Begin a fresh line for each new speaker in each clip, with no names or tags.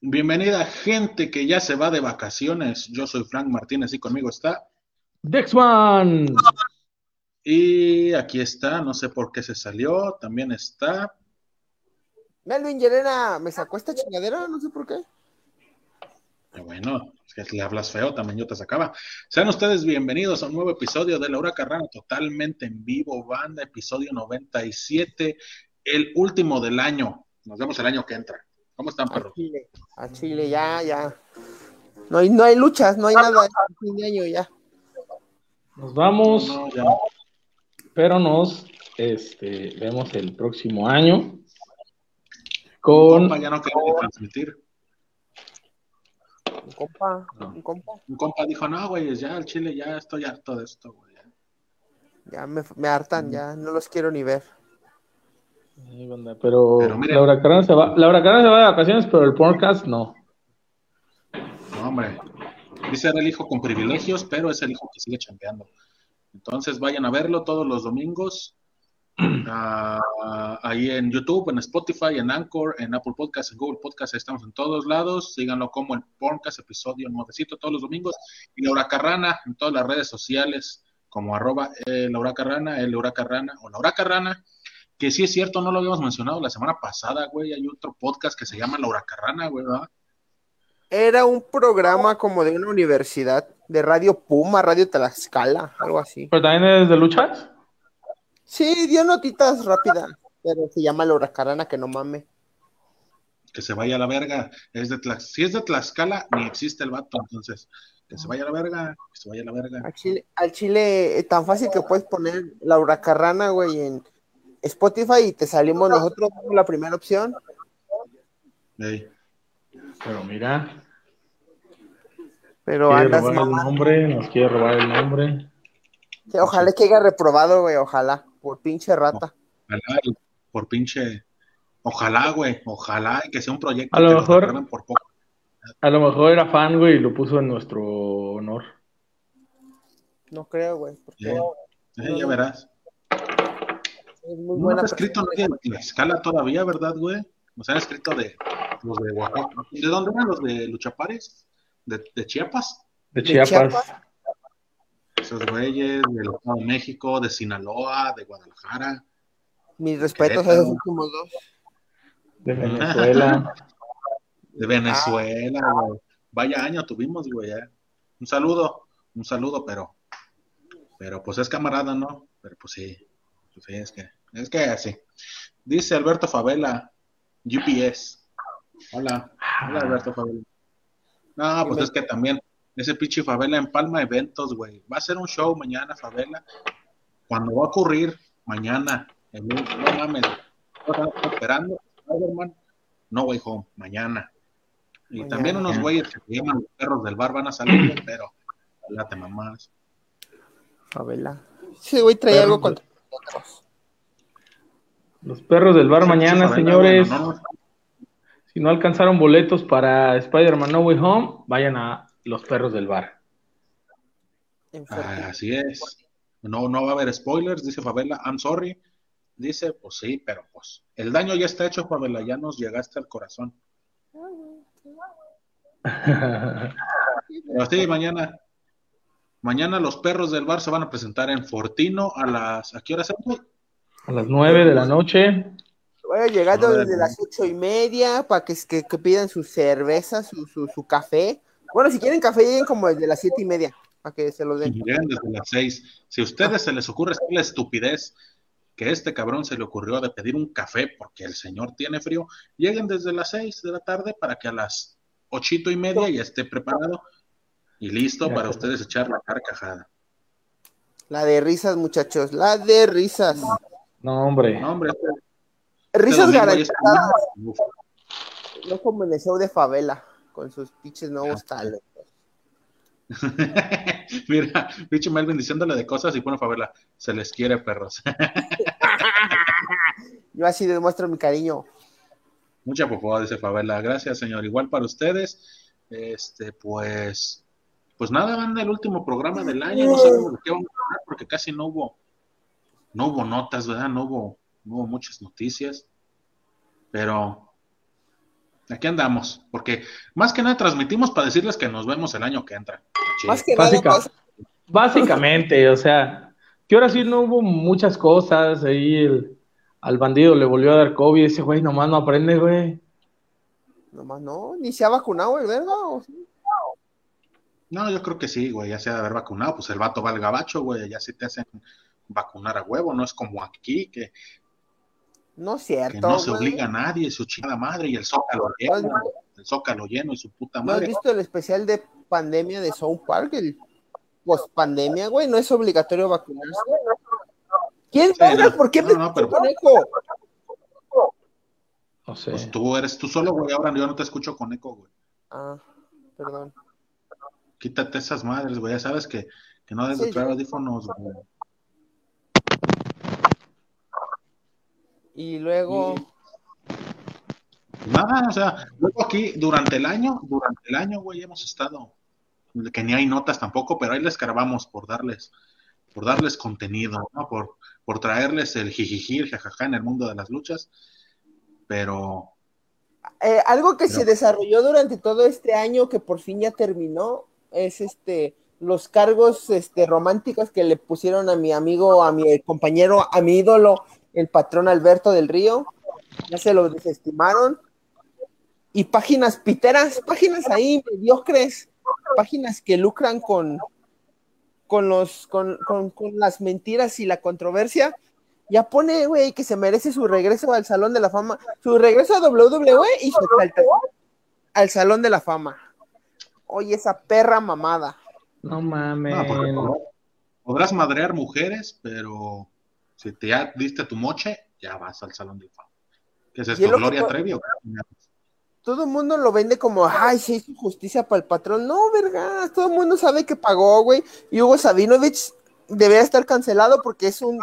Bienvenida gente que ya se va de vacaciones. Yo soy Frank Martínez y conmigo está.
Dexman.
Y aquí está, no sé por qué se salió, también está.
Melvin Yerena, me sacó esta chingadera, no sé por qué.
Pero bueno, si le hablas feo, también yo te sacaba. Sean ustedes bienvenidos a un nuevo episodio de Laura Carrano, totalmente en vivo, banda, episodio 97, el último del año. Nos vemos el año que entra. ¿Cómo están,
A
perros?
Chile, a Chile, ya, ya. No hay, no hay luchas, no hay nada. Es fin de año ya.
Nos vamos,
No, ya.
pero nos este, vemos el próximo año con
compa ya no quería ni transmitir.
Un compa,
No.
un compa.
Un compa dijo, no, güey, ya al chile, ya estoy harto de esto, güey.
Ya me, me hartan, ya. No los quiero ni ver.
Sí, banda, pero,
Pero miren.
Laura Carrano se va, Laura Carrano se va de vacaciones, pero el podcast no.
No, hombre. Dice era el hijo con privilegios, pero es el hijo que sigue chambeando. Entonces vayan a verlo todos los domingos. ah, ahí en YouTube, en Spotify, en Anchor, en Apple Podcast, en Google Podcast, ahí estamos en todos lados. Síganlo como el podcast episodio nuevecito todos los domingos. Y Laura Carrana en todas las redes sociales, como arroba eh, Laura Carrana, el Laura Carrana o Laura Carrana. Que sí es cierto, no lo habíamos mencionado la semana pasada, güey. Hay otro podcast que se llama Laura Carrana, güey, ¿verdad?
Era un programa como de una universidad, de Radio Puma, Radio Tlaxcala, algo así.
Pero también es de luchas.
Sí, dio notitas rápidas, pero se llama Laura Carana, que no mame.
que se vaya a la verga. Es de Tlax- si es de Tlaxcala, ni existe el vato, entonces, que se vaya a la verga, que se vaya a la verga.
Al Chile, al Chile eh, tan fácil que puedes poner Laura Carrana, güey, en Spotify y te salimos nosotros como la primera opción.
Ey,
Pero mira,
Pero
quiere
andas
robar el
mamando.
nombre, nos quiere robar el nombre.
Que ojalá que haya reprobado, güey, ojalá, por pinche rata.
ojalá, y por pinche, ojalá, güey, ojalá, y que sea un proyecto
A lo
que nos
mejor-
aprueben por poco.
A lo mejor era fan, güey, y lo puso en nuestro honor.
No creo, güey, porque
Ey, ey, eh, ya verás.
es muy
No
buena
han escrito nadie
persona.
de Tlaxcala todavía, ¿verdad, güey? Nos han escrito de los de Oaxaca. ¿De dónde eran los de Luchapares? ¿De, de Chiapas?
De
¿De
Chiapas.
Chiapas?
Esos güeyes, del Estado de México, de Sinaloa, de Guadalajara.
Mis respetos a
Querétaro.
esos últimos dos.
de Venezuela.
De Venezuela, güey. Vaya año tuvimos, güey. eh. Un saludo, un saludo, pero. Pero pues es camarada, ¿no? Pero pues sí. Pues sí, es que. Es que así. Dice Alberto Favela, GPS. Hola. Hola, Alberto Favela. No, pues es que también. Ese pinche Favela en Palma Eventos, güey. Va a ser un show mañana, Favela. Cuando va a ocurrir mañana. en un- no mames. Estamos esperando. Spider-Man, No Way Home. Mañana. Y
Mañana.
también unos güeyes que se llaman los perros del bar van a salir, güey, pero la te mamás.
Favela. Sí, güey, traía
Pero-
algo
pues,
contra
ah,
nosotros.
Los perros del bar mañana,
Favela,
señores.
bueno, no nos-
Si no alcanzaron boletos para Spider-Man No Way Home, vayan a Los Perros del Bar.
Ah, así es. No, no va a haber spoilers, dice Favela, I'm sorry. Dice, pues sí, pero pues el daño ya está hecho, Favela, ya nos llegaste al corazón. Pero sí, mañana. Mañana los perros del bar se van a presentar en Fortino a las... ¿A qué hora se
A las 9 de la noche.
Bueno, llegando
Madre
desde
mía.
las ocho y media para que, que, que pidan su cerveza, su, su, su café. Bueno, si quieren café, lleguen como desde las siete y media para que se lo den.
Llegan desde las seis. Si a ustedes se les ocurre hacer la estupidez que este cabrón se le ocurrió de pedir un café porque el señor tiene frío, lleguen desde las seis de la tarde para que a las ochito y media ya esté preparado y listo
Ya
para
está.
ustedes echar la carcajada.
La de risas, muchachos, la de risas.
No, hombre.
No, hombre, este- este
Risas
domingo ya está-
garantizadas,
Uf,
no como en el show de Favela, con sus pinches
Ah,
nuevos talentos.
Mira, pinche Melvin diciéndole de cosas y bueno, Fabela, se les quiere, perros.
Yo así demuestro mi cariño.
Mucha popó, dice Fabela. Gracias, señor. Igual para ustedes. Este, pues, pues nada, banda, el último programa del año. No sabemos de qué vamos a hablar porque casi no hubo, no hubo notas, ¿verdad? No hubo, no hubo muchas noticias. Pero, Aquí andamos, porque más que nada transmitimos para decirles que nos vemos el año que entra. Sí.
Más que
Básica-
nada, más-
Básicamente, o sea, que ahora sí no hubo muchas cosas. Ahí el, al bandido le volvió a dar COVID. Ese güey nomás no aprende, güey.
nomás no, ni se ha vacunado el verga. o sí.
No, yo creo que sí, güey, ya se ha de haber vacunado, pues el vato va al gabacho, güey, ya sí te hacen vacunar a huevo, no es como aquí, que,
No es
que
cierto.
no se
güey.
obliga a nadie, su chingada madre, y el zócalo lleno,
¿No has visto-
el zócalo lleno y su puta
¿No has
madre.
visto el especial de pandemia de South Park? El post pandemia, güey, no es obligatorio vacunarse. ¿Quién
Sí,
verga?
no.
¿Por qué
No,
me
no, pero-
conejo?
No sé.
Pues tú eres tú solo, güey, ahora yo no te escucho con eco, güey.
Ah, perdón.
Quítate esas madres, güey, ya sabes que, que no debes de
Sí,
traer
yo-
audífonos, güey.
Y luego,
Pues Nada, o sea, luego aquí durante el año, durante el año, güey, hemos estado, que ni hay notas tampoco, pero ahí les carbamos por darles, por darles contenido, ¿no? Por, por traerles el jijiji, el jajaja en el mundo de las luchas, pero
eh, algo que
Pero-
se desarrolló durante todo este año, que por fin ya terminó, es este los cargos este, románticos que le pusieron a mi amigo, a mi compañero, a mi ídolo, el patrón Alberto del Río. Ya se lo desestimaron. Y páginas piteras, páginas ahí mediocres, páginas que lucran con, con, los, con, con- con las mentiras y la controversia. Ya pone, güey, que se merece su regreso al Salón de la Fama, su regreso a WWE y su exaltación al Salón de la Fama. Oye, esa perra mamada.
No mames.
no, porque podrás- podrás madrear mujeres, pero si te ya diste tu moche, ya vas al salón de fama. ¿Qué es
Y es
esto?
lo que
Gloria
fue-
Trevi. o qué?
Todo el mundo lo vende como, ay, se hizo justicia para el patrón. No, verga, todo el mundo sabe que pagó, güey. Y Hugo Sabinovich debería estar cancelado porque es un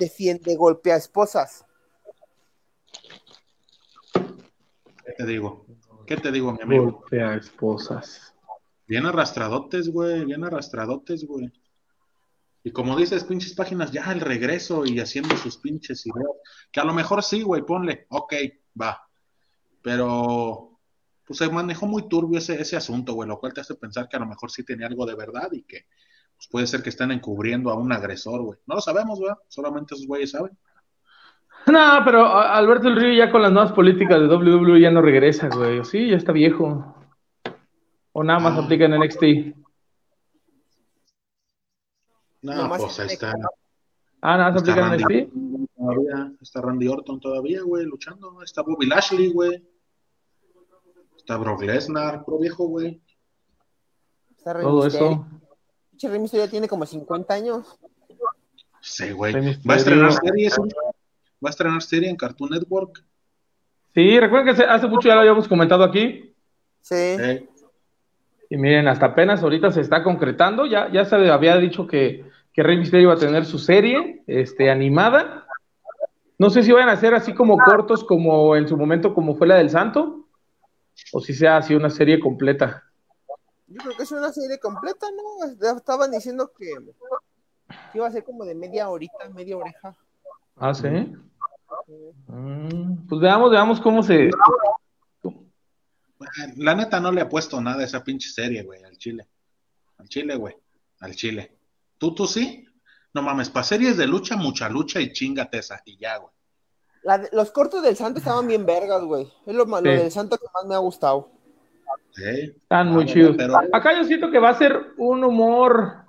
defiende golpea esposas.
¿Qué te digo? ¿Qué te digo, mi amigo?
Golpea esposas.
Bien arrastradotes, güey, bien arrastradotes, güey. Y como dices, pinches páginas, ya el regreso y haciendo sus pinches ideas. Que a lo mejor sí, güey, ponle, ok, va. Pero, pues se manejó muy turbio ese, ese asunto, güey, lo cual te hace pensar que a lo mejor sí tenía algo de verdad y que pues, puede ser que están encubriendo a un agresor, güey. No lo sabemos, güey, solamente esos güeyes saben.
No, pero a- Alberto del Río ya con las nuevas políticas de WWE ya no regresa, güey. Sí, ya está viejo. O nada más
Ah.
aplica en NXT.
No,
Nomás
pues ahí está.
Ah, nada más
Está
aplica en
Randy,
NXT.
Orton todavía, está Randy Orton todavía, güey, luchando. Está Bobby Lashley, güey. Está Brock Lesnar, pro viejo, güey.
Está Rey
Todo
Misterio.
eso.
Pinche Rey Misterio ya tiene como 50 años.
Sí, güey.
Rey
Va a estrenar
Mysterio.
serie, sí. Va a estrenar serie en Cartoon Network.
Sí, recuerden que se- hace mucho ya lo habíamos comentado aquí.
Sí.
Eh,
Y miren, hasta apenas ahorita se está concretando. Ya, ya se había dicho que, que Rey Misterio iba a tener su serie este, animada. No sé si van a ser así como cortos como en su momento como fue la del Santo. O si sea así una serie completa.
Yo creo que es una serie completa, ¿no? Ya Estaban diciendo que que iba a ser como de media horita, media oreja.
Ah, sí. Mm, Pues veamos, veamos cómo se.
La neta no le apuesto nada a esa pinche serie, güey, al Chile. Al Chile, güey. Al Chile. ¿Tú, tú sí? No mames, para series de lucha, mucha lucha y chingate esa. Y ya, güey.
La de- los cortos del santo estaban bien vergas, güey. Es lo, ma- lo
Sí.
del santo que más me ha gustado.
Sí.
Están muy
Ah,
chidos.
pero-
Acá yo siento que va a ser un humor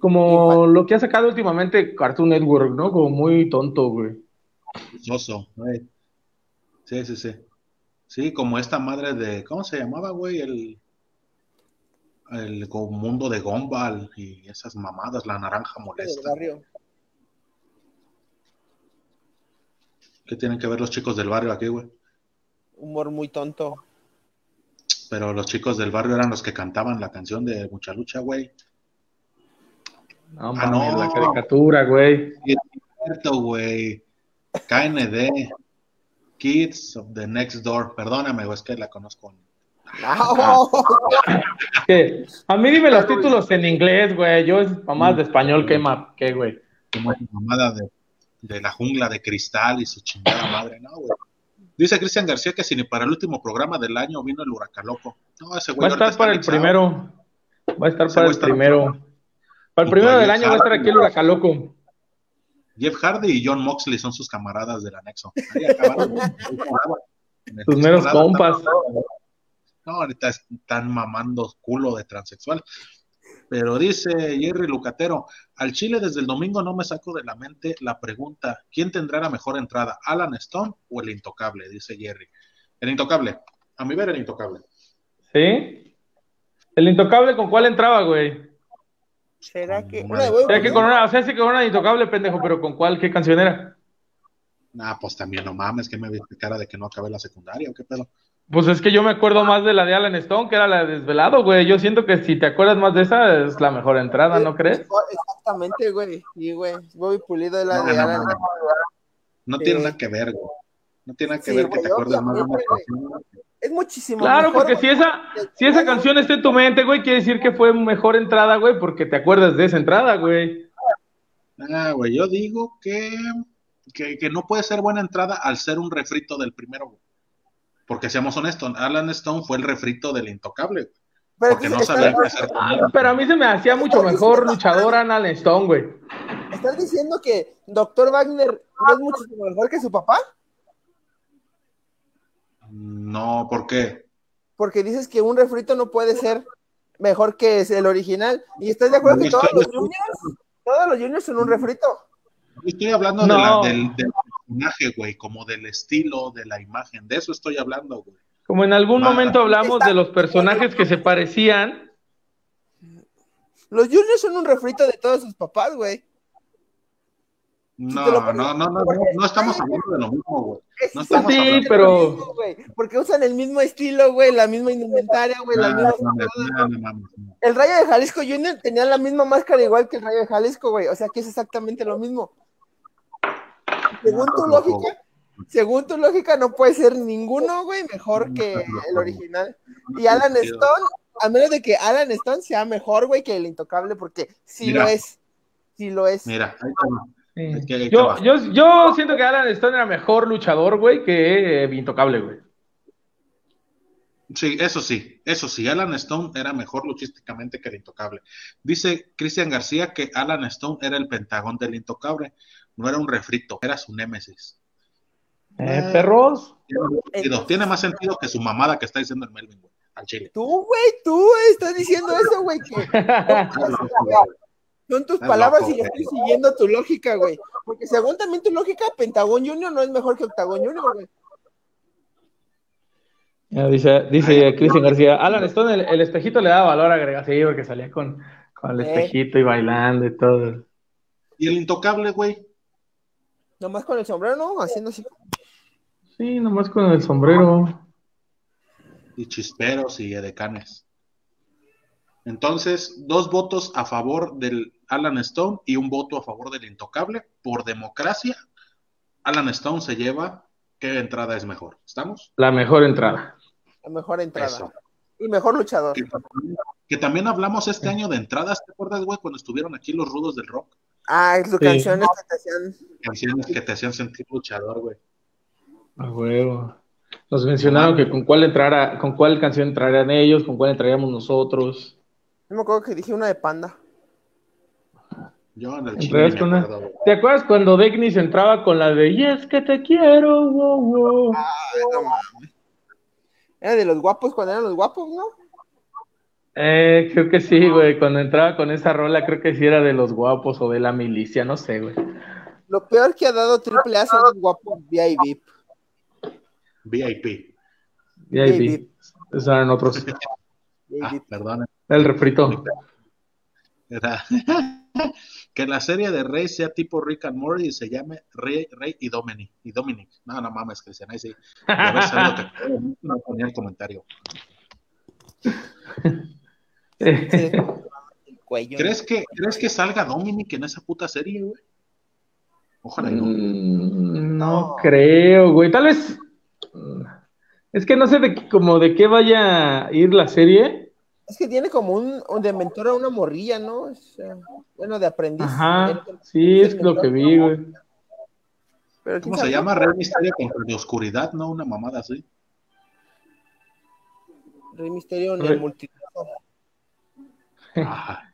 como lo que ha sacado últimamente Cartoon Network, ¿no? Como muy tonto, güey.
Oso, güey. Sí, sí, sí. Sí, como esta madre de, ¿cómo se llamaba, güey? El, el go- mundo de Gumball y esas mamadas, la naranja
Del
molesta.
barrio.
¿Qué tienen que ver los chicos del barrio aquí, güey?
Humor muy tonto.
Pero los chicos del barrio eran los que cantaban la canción de Mucha Lucha, güey.
No
Ah,
mames,
no.
la caricatura, güey.
Sí, es cierto, güey. KND. Kids of the Next Door. Perdóname, güey, es que la conozco. Ah.
No.
¿Qué? A mí dime los títulos en inglés, güey. Yo es mamás de español que ma- que, güey.
Como esa mamada de, de la jungla de cristal y su chingada madre, ¿no, güey? Dice Cristian García que si ni para el último programa del año vino el huracán loco. No, ese
Va
güey
a estar
ahorita
para el
anexado.
primero. Va a estar
Ese güey
para el
está
primero.
anexado.
Para el primero del año va a estar
Anexado.
aquí el huracaloco.
Jeff Hardy y John Moxley son sus camaradas del anexo. Ahí acabaron. En el
Sus meros
temporada,
compas.
No, ahorita están mamando culo de transexual. Pero dice Jerry Lucatero, al Chile desde el domingo no me saco de la mente la pregunta, ¿quién tendrá la mejor entrada? ¿Alan Stone o el intocable? Dice Jerry. El intocable. A mi ver, el intocable.
¿Sí? El intocable con cuál entraba, güey.
¿Será que.?
Madre.
Güey,
Era que con una, o sea, sí que con una intocable, pendejo, pero con cuál, qué canción era.
Ah, pues también no mames, que me viste cara de que no acabé la secundaria o qué pedo.
Pues es que yo me acuerdo más de la de Alan Stone, que era la de Desvelado, güey. Yo siento que si te acuerdas más de esa, es la mejor entrada, ¿no crees?
Exactamente, güey. Y, güey, Bobby Pulido es la
No,
de
no,
Alan.
no, no. No tiene nada que ver, güey. No tiene nada que
Sí,
ver que
güey,
te acuerdes más de una
obviamente,
canción.
Es muchísimo.
Claro,
mejor,
porque si
güey.
esa, si esa canción está en tu mente, güey, quiere decir que fue mejor entrada, güey, porque te acuerdas de esa entrada, güey.
Ah, güey, yo digo que, que, que no puede ser buena entrada al ser un refrito del primero, güey. Porque seamos honestos, Alan Stone fue el refrito del intocable, güey.
Pero
porque
dice-
no
está-
sabía qué hacer con él.
Pero a mí se me hacía mucho mejor luchadora Alan Stone, güey.
¿Estás diciendo que Doctor Wagner no es muchísimo mejor que su papá?
No, ¿por qué?
Porque dices que un refrito no puede ser mejor que es el original. ¿Y estás de acuerdo
No
que todos
estoy
los
de acuerdo.
juniors, todos los juniors son un refrito?
Estoy hablando de
No.
la- del, del personaje, güey, como del estilo, de la imagen, de eso estoy hablando, güey.
Como en algún
Ah.
momento hablamos de los personajes que se parecían,
Los juniors son un refrito de todos sus papás, güey.
No,
te lo
no,
pones-
no, no, no, no estamos hablando de lo mismo, güey.
Ese
No
es el
estamos
Sí,
hablando-
pero-
mismo, güey, Porque usan el mismo estilo, güey, la misma indumentaria, güey, la
No,
misma...
no, no, no, no, no, no.
El Rayo de Jalisco Junior tenía la misma máscara igual que el Rayo de Jalisco, güey. O sea que es exactamente lo mismo. Según tu
No, no, no.
lógica, según tu lógica, no puede ser ninguno, güey, mejor
No,
que
no, no,
el
no.
original.
No
Y
tiene
Alan
sentido.
Stone, a menos de que Alan Stone sea mejor, güey, que el intocable, porque sí
Mira.
lo es. Sí lo es.
Mira, ahí te va. Es que ahí te
yo,
va.
yo, yo siento que Alan Stone era mejor luchador, güey, que eh, Intocable, güey.
Sí, eso sí, eso sí, Alan Stone era mejor luchísticamente que el intocable. Dice Cristian García que Alan Stone era el pentagón del intocable, no era un refrito, era su némesis.
Eh, perros.
Tiene
Eh,
más sentido, tiene más sentido que su mamada que está diciendo el Melvin, güey, al chile.
Tú, güey, tú estás diciendo eso, güey, que
Está loco, güey.
son tus
Estás
palabras
loco,
y yo
güey.
estoy siguiendo tu lógica, güey. Porque según también tu lógica, Pentagón Junior no es mejor que Octagón Junior, güey.
Ah, Dice, dice Cristian García, Alan Stone, el, el espejito le daba valor agregado, sí, porque salía con, con el
Eh.
espejito y bailando y todo.
Y el intocable, güey,
Nomás con el sombrero, ¿no? Haciendo así.
Sí, nomás con el sombrero.
y chisperos y edecanes. Entonces, dos votos a favor del Alan Stone y un voto a favor del intocable. Por democracia, Alan Stone se lleva qué entrada es mejor. ¿Estamos?
La mejor entrada.
La mejor entrada.
Eso.
Y mejor luchador.
Que también, que también hablamos este año de entradas, ¿te acuerdas, güey? Cuando estuvieron aquí los rudos del rock,
Ah, es su
Sí.
canción es que te hacían.
canciones que te hacían sentir luchador, güey.
A huevo. Nos mencionaron que con cuál entrara, con cuál canción entrarían ellos, con cuál entraríamos nosotros.
No me acuerdo que dije una de panda.
Yo en el chile
Entrarías
ni
con
me
una-
acuerdo, güey.
¿Te acuerdas cuando Degnis entraba con la de Y es que te quiero, wow, wow"?
Era de los guapos cuando eran los guapos, ¿no?
Eh, creo que sí, güey. Cuando entraba con esa rola, creo que sí era de los guapos o de la milicia, no sé, güey.
Lo peor que ha dado Triple A son los guapos VIP.
VIP.
Y ahí
Sí,
vi. Esos eran otros.
Ah,
VIP.
perdón.
El refrito.
Era- que la serie de Rey sea tipo Rick and Morty y se llame Rey, Rey y Dominic. Y Dominic. No, no mames, Cristian, ahí sí. A ver, saludo, te- no ponía el comentario.
Sí. El cuello.
¿Crees que, ¿Crees que salga Dominic en esa puta serie, güey? Ojalá y no.
Mm, No creo, güey. Tal vez. mm, Es que no sé de, qué- como de qué vaya a ir la serie.
Es que tiene como un, un de mentor a una morrilla, ¿no? O sea, bueno, de aprendiz.
Ajá.
Él-
Sí, es lo que vi, güey.
¿Cómo
Pero quién
se
sabe.
llama? Rey Misterio contra la oscuridad, ¿no? Una mamada así.
Rey Misterio en
Rey-
el multiverso.
Ajá.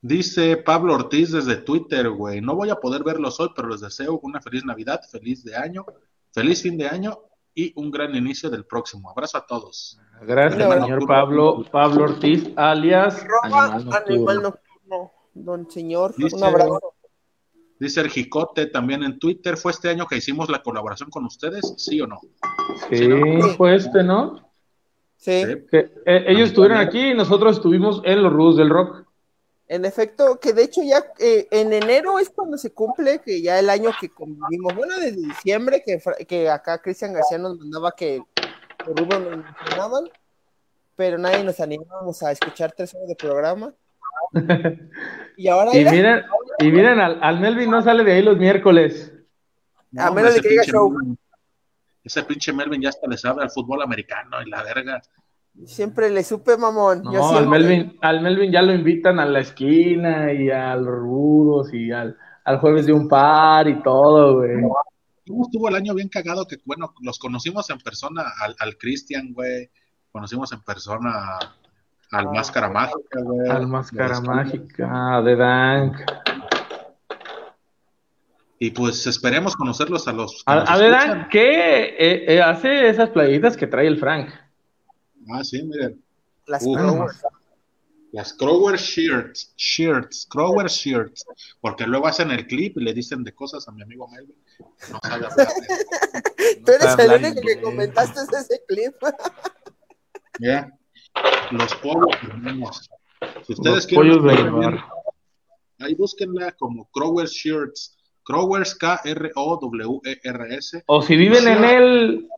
Dice Pablo Ortiz desde Twitter, güey. No voy a poder verlos hoy, pero les deseo una feliz Navidad, feliz de año, feliz fin de año y un gran inicio del próximo. Abrazo a todos.
Gracias,
Animal
señor
nocturno.
Pablo, Pablo Ortiz, alias
Arroba
Animal Nocturno.
animal nocturno, don señor.
Dice-
Un abrazo.
Dice el Jicote también en Twitter. ¿Fue este año que hicimos la colaboración con ustedes? ¿Sí o no?
Sí, fue este, ¿no?
Sí.
Sí.
Que, eh, ellos estuvieron aquí y nosotros estuvimos en los Rudos del Rock.
En efecto, que de hecho ya eh, en enero es cuando se cumple que ya el año que convivimos, bueno, desde diciembre que, Fra- que acá Cristian García nos mandaba que, que Rubén nos mencionaban, pero nadie nos animábamos a escuchar tres horas de programa. Y ahora
Y
era-
miren, y miren al, al Melvin no sale de ahí los miércoles.
A
No,
menos de
ese
que diga
pinche
show.
Melvin- Ese pinche Melvin ya hasta le sabe al fútbol americano y la verga.
siempre le supe, mamón. Yo
No, al
siempre-
Melvin, al Melvin ya lo invitan a la esquina y a los Rudos y al, al jueves de un par y todo, güey.
¿Cómo estuvo el año bien cagado? Que bueno, los conocimos en persona al, al Cristian, güey. Conocimos en persona al
Ah.
Máscara Mágica, güey.
Al Máscara
Los-
Mágica, de Dank.
Y pues esperemos conocerlos a los. que
A,
nos
a ver,
escuchan.
Dan, ¿qué eh, eh, hace esas playitas que trae el Frank?
Ah, sí, miren.
Las
Uf.
Crowers.
Las Crower Shirts. Shirts. Crower Shirts. Porque luego hacen el clip y le dicen de cosas a mi amigo Melvin. No sabe hablar.
Tú eres el
Hablar
único
inglés.
que comentaste ese clip.
Mira, Los pollos hermanos. Si ustedes
Los
quieren.
pollos del
bien,
bar.
Ahí búsquenla como Crower Shirts. Crowers, E K-R-O-W-E-R-S.
O si viven
Sí.
en el.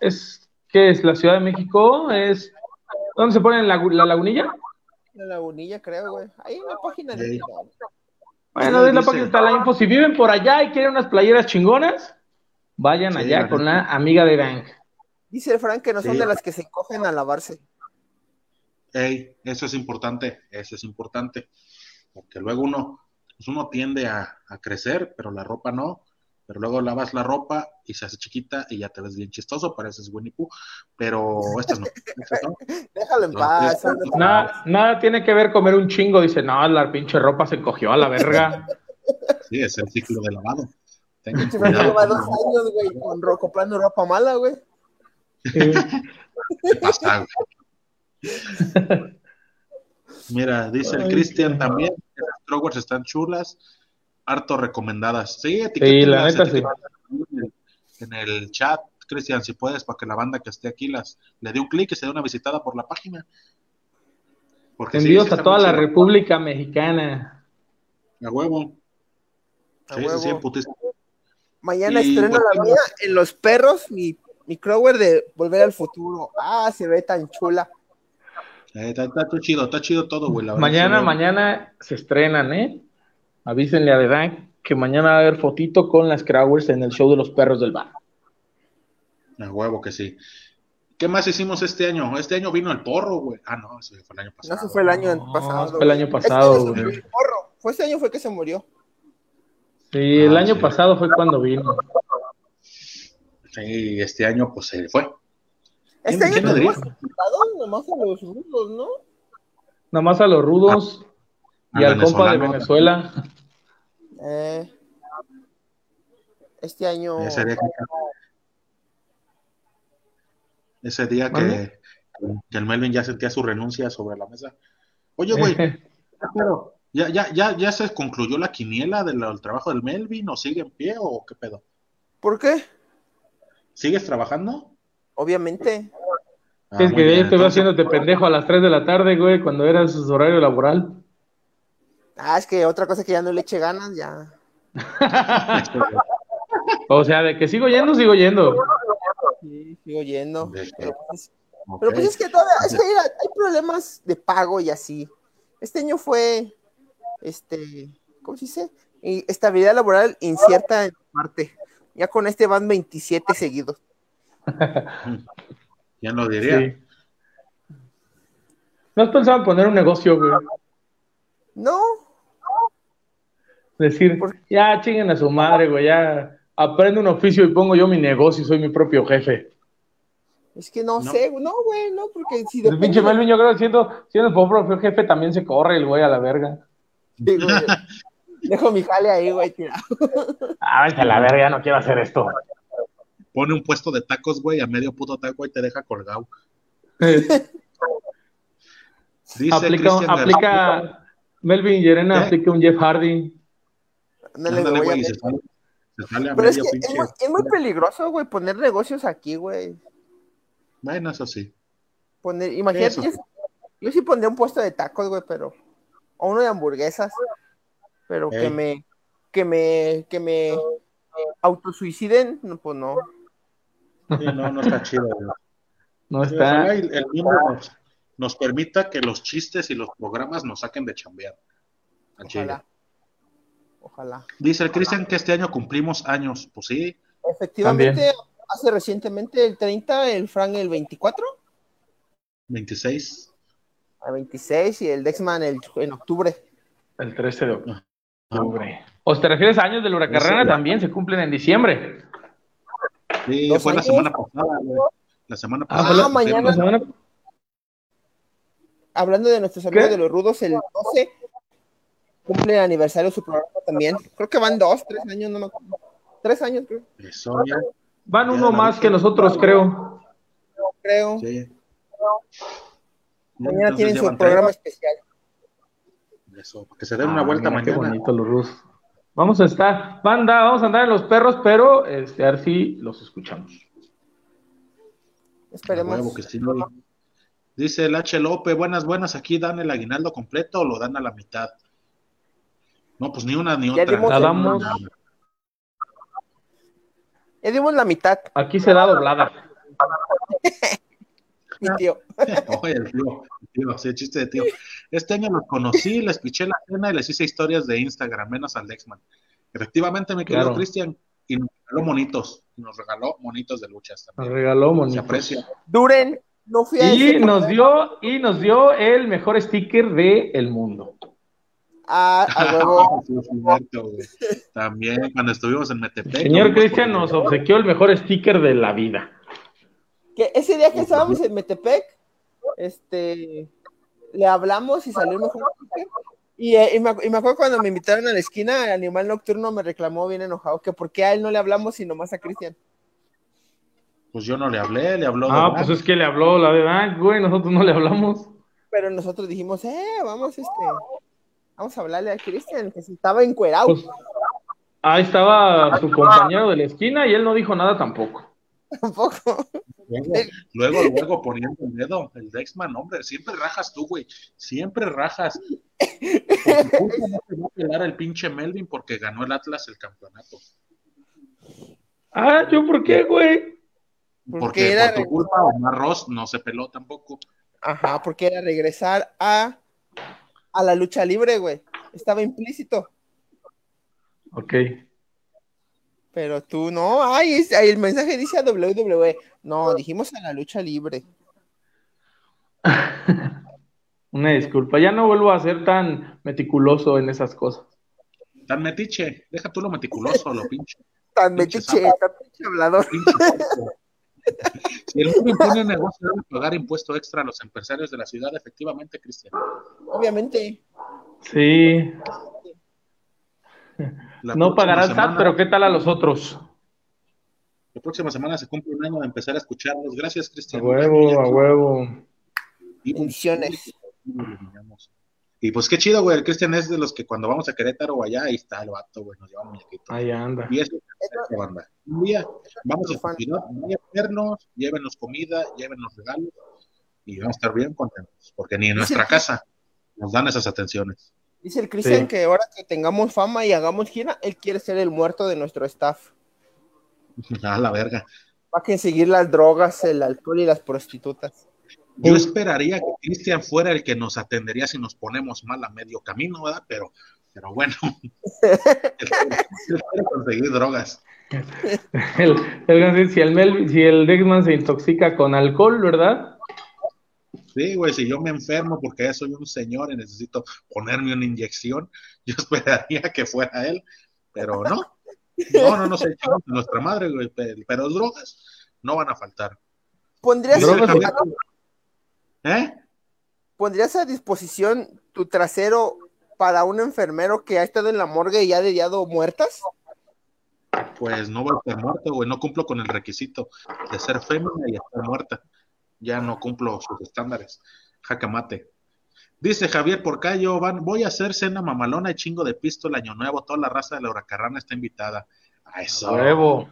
Es, ¿Qué es? ¿La Ciudad de México? ¿Es. ¿Dónde se ponen la, la lagunilla?
La lagunilla, creo, güey. Ahí en la página de.
Ey.
Bueno,
Sí,
de la
dice.
página está la info. Si viven por allá y quieren unas playeras chingonas, vayan
Sí,
allá
la
con
neta.
la amiga de Dank.
Dice el Frank que no son
Sí.
de las que se cogen a lavarse.
Ey, eso es importante, eso es importante. Porque luego uno, pues uno tiende a, a crecer, pero la ropa no. Pero luego lavas la ropa y se hace chiquita y ya te ves bien chistoso, pareces Winnie Pooh. Pero estas no, estas no.
Déjalo en
No,
paz.
esto-
hombre.
Nada, nada tiene que ver comer un chingo. Dice, no, la pinche ropa se cogió a la verga.
Sí, es el ciclo de lavado. Tengan
Pinche Franco
cuidado
lleva
con
dos años, güey, con ro- comprando ropa mala, güey.
Sí.
lo que pasa, güey. Mira, dice el
Ay,
Cristian
qué-
también, que las Trowers están chulas, harto recomendadas. Sí,
Sí, la
etiquétenlas,
neta sí.
etiquétenlas En el chat, Cristian, si puedes, para que la banda que esté aquí las le dé un clic y se dé una visitada por la página. Porque sí,
Envíos
sí
a
está
toda
muy
la
chido.
República Mexicana.
A huevo.
A
Sí, sí,
huevo.
sí, putísimo.
Mañana
Y,
estreno
pues,
la mía en Los Perros, mi, mi Crower de Volver al Futuro. Ah, se ve tan chula.
Eh, Está, está chido, está chido todo, güey. la verdad,
Mañana,
sí,
mañana se estrenan, ¿eh? Avísenle a The Dank que mañana va a haber fotito con las Crowers en el show de los perros del bar.
A huevo que sí. ¿Qué más hicimos este año? Este año vino el porro, güey. Ah, no, eso fue el año
No,
pasado.
se fue el año
No,
pasado.
fue el
güey.
año pasado,
Este año se
güey.
murió el porro. Fue este año fue que se murió.
Sí, el
Ah,
año
sí.
pasado fue cuando vino.
Sí, este año pues se fue.
Este
¿Quién
año
lo diría?
tuvimos invitados nomás a los rudos, ¿no?
Nomás a los rudos y
A
al compa de
venezolano.
Venezuela.
Eh, este año.
Ese día que, ese día que,
¿Mande?
que el Melvin ya sentía su renuncia sobre la mesa. Oye, güey,
Este-
pero ya, ya, ya, ya se concluyó la quiniela del del trabajo del Melvin, o sigue en pie, o qué pedo.
¿Por qué?
¿Sigues trabajando?
Obviamente.
Ah,
es
muy
que de ahí
bien,
te veo
entonces-
haciéndote pendejo a las 3 de la tarde, güey, cuando era su horario laboral.
Ah, es que otra cosa que ya no le eche ganas, ya.
O sea, de que sigo yendo, sigo yendo.
Sí, sigo yendo.
De-
Pero pues,
Ok.
Pero pues es que todavía, es que mira, hay problemas de pago y así. Este año fue, este, ¿cómo se dice? Y estabilidad laboral incierta en parte. Ya con este van 27 seguidos.
¿Quién lo diría?
Sí. ¿No has pensado en poner un negocio, güey?
No,
Decir,
¿Por
ya chinguen a su madre, güey, ya aprendo un oficio y pongo yo mi negocio y soy mi propio jefe.
Es que no,
No.
sé, no, güey, no, porque si
El pinche
depende-
Melvin, yo creo que siendo, siendo el propio jefe también se corre el güey a la verga.
Sí, güey. Dejo mi jale ahí, güey, tirado.
Ah, vete a la verga, ya no quiero hacer esto.
Pone un puesto de tacos, güey, a medio puto taco y te deja colgado. Dice
aplica,
Cristian García.
aplica Melvin Yerena,
¿Eh?
aplica un Jeff Hardy.
Ándale,
Ándale,
me voy a
güey, se
ver.
sale, se sale a
Pero es
medio
que es
pinche.
muy, es muy peligroso, güey, poner negocios aquí, güey.
Bueno, eso sí.
Poner, imagínate,
Eso.
yo, yo sí pondría un puesto de tacos, güey, pero. O uno de hamburguesas. Pero que
Ey.
me. Que me. Que me. Autosuiciden, no, pues no.
Sí, no, no está chido, güey.
No
Sí, ojalá
está.
y el mundo nos, nos permita que los chistes y los programas nos saquen de chambear. Al chile.
Ojalá. Ojalá.
Dice el Cristian que este año cumplimos años. Pues sí,
Efectivamente, hace recientemente el 30, el Frank el 24,
26.
el 26 y el Dexman el, en octubre.
El 13 de
Ah,
octubre. ¿O te refieres a años de la carrera?
Sí.
También se cumplen en diciembre.
Sí,
¿Dos
fue la
años?
semana pasada, güey. La semana
Ah,
pasada. pues,
fue la-
La
pusieron-
semana-
Hablando de nuestros amigos
¿Qué?
de los rudos, el 12 cumple el aniversario de su programa también. Creo que van dos, tres años, no me acuerdo. Tres años, creo.
Eso, ya,
Van
Ya
uno
la
más
vi.
que nosotros, creo.
creo.
sí. Ya,
Mañana
entonces
tienen su
llevan
programa especial.
tres. Eso, que se den una
Ah,
vuelta
mira, Qué
mañana.
bonito los rusos. Vamos a estar, banda, vamos a andar en los perros, pero este, a ver si los escuchamos.
A huevo
Esperemos.
que sí, güey. Dice el H. López, buenas, buenas, aquí dan el aguinaldo completo o lo dan a la mitad. No, pues ni una ni
Ya
otra.
dimos-
La damos,
Ya dimos la mitad,
aquí se da doblada.
mi
Ah.
tío.
Oye, el tío, el tío, sí, el chiste de tío. Este año los conocí, les piché la cena y les hice historias de Instagram, menos al Dexman. Efectivamente, mi querido
Claro.
Cristian, y nos regaló monitos, nos regaló monitos de luchas
Nos
también.
regaló
Se
monito.
aprecia.
Duren, no fui a
Y
ese
nos
programa.
dio, y nos dio el mejor sticker del mundo.
Ah, a huevo.
Sí, es cierto, güey. También cuando estuvimos en Metepec.
Señor
nos vimos
Cristian
por-
nos obsequió el mejor sticker de la vida.
que ese día que estábamos en Metepec, este, le hablamos y salió mejor. Y, eh, y me, acu- y me acuerdo cuando me invitaron a la esquina, el animal nocturno me reclamó bien enojado que por qué a él no le hablamos sino más a Cristian.
Pues yo no le hablé, le habló.
Ah,
Debran.
pues es que le habló la verdad, güey, nosotros no le hablamos.
Pero nosotros dijimos, eh, vamos, este, vamos a hablarle a Cristian, que se estaba encuerado.
Pues, ahí estaba su compañero de la esquina y él no dijo nada tampoco.
Tampoco.
Luego, luego, luego poniendo el dedo, el Dexman, hombre, siempre rajas tú, güey, siempre rajas. Por tu culpa no te va a pelar el pinche Melvin porque ganó el Atlas el campeonato.
Ah, ¿yo por qué, güey?
Porque
Porque
era-
por tu culpa Omar Ross no se peló tampoco.
Ajá, Ah, porque era regresar a, a la lucha libre, güey. Estaba implícito.
Ok.
Pero tú no, ay, es- ay, el mensaje dice a WWE. No, dijimos a la lucha libre.
Una disculpa, ya no vuelvo a ser tan meticuloso en esas cosas.
Tan metiche, deja tú lo meticuloso, lo pinche.
Tan
Pinche
metiche,
sapo.
tan pinche hablador.
pinche puerco. Si el Melvin pone negocio, debe pagar impuesto extra a los empresarios de la ciudad, efectivamente, Cristian.
Obviamente,
Sí,
La
no
próxima
pagará el SAT,
semana-
pero ¿qué tal a los otros?
La próxima semana se cumple un año de empezar a escucharlos. Gracias,
A
Cristian.
huevo, a huevo.
Y-
bendiciones.
Y pues qué chido, güey. El Cristian es de los que cuando vamos a Querétaro o allá, ahí está el vato, güey. Nos lleva un muñequito.
Ahí anda.
Y eso es la banda. Un día vamos a
Fan.
continuar, vayan a vernos, llévenos comida, llévenos regalos y vamos a estar bien contentos, porque ni en nuestra casa nos dan esas atenciones.
Dice el Cristian
Sí.
que ahora que tengamos fama y hagamos gira, él quiere ser el muerto de nuestro staff.
A la verga.
Va a conseguir las drogas, el alcohol y las prostitutas.
Yo esperaría que Cristian fuera el que nos atendería si nos ponemos mal a medio camino, ¿verdad? Pero, pero bueno, espero espero conseguir drogas.
El, el- si el Mel, si el Dexman se intoxica con alcohol, ¿verdad?
Sí, güey, si yo me enfermo porque ya soy un señor y necesito ponerme una inyección, yo esperaría que fuera él, pero no. No, no, no sé, echamos a nuestra madre, güey, pe- pero drogas no van a faltar.
¿Pondrías,
Dice el
Drogas,
Javier- ¿Eh?
¿Pondrías a disposición tu trasero para un enfermero que ha estado en la morgue y ha hallado muertas?
Pues no voy a estar muerta, güey, no cumplo con el requisito de ser fémina y estar muerta. Ya no cumplo sus estándares. Jacamate. Dice Javier Porcayo, van, voy a hacer cena mamalona y chingo de pistola año nuevo, toda la raza de la huracarrana está invitada. A
A
eso.
huevo,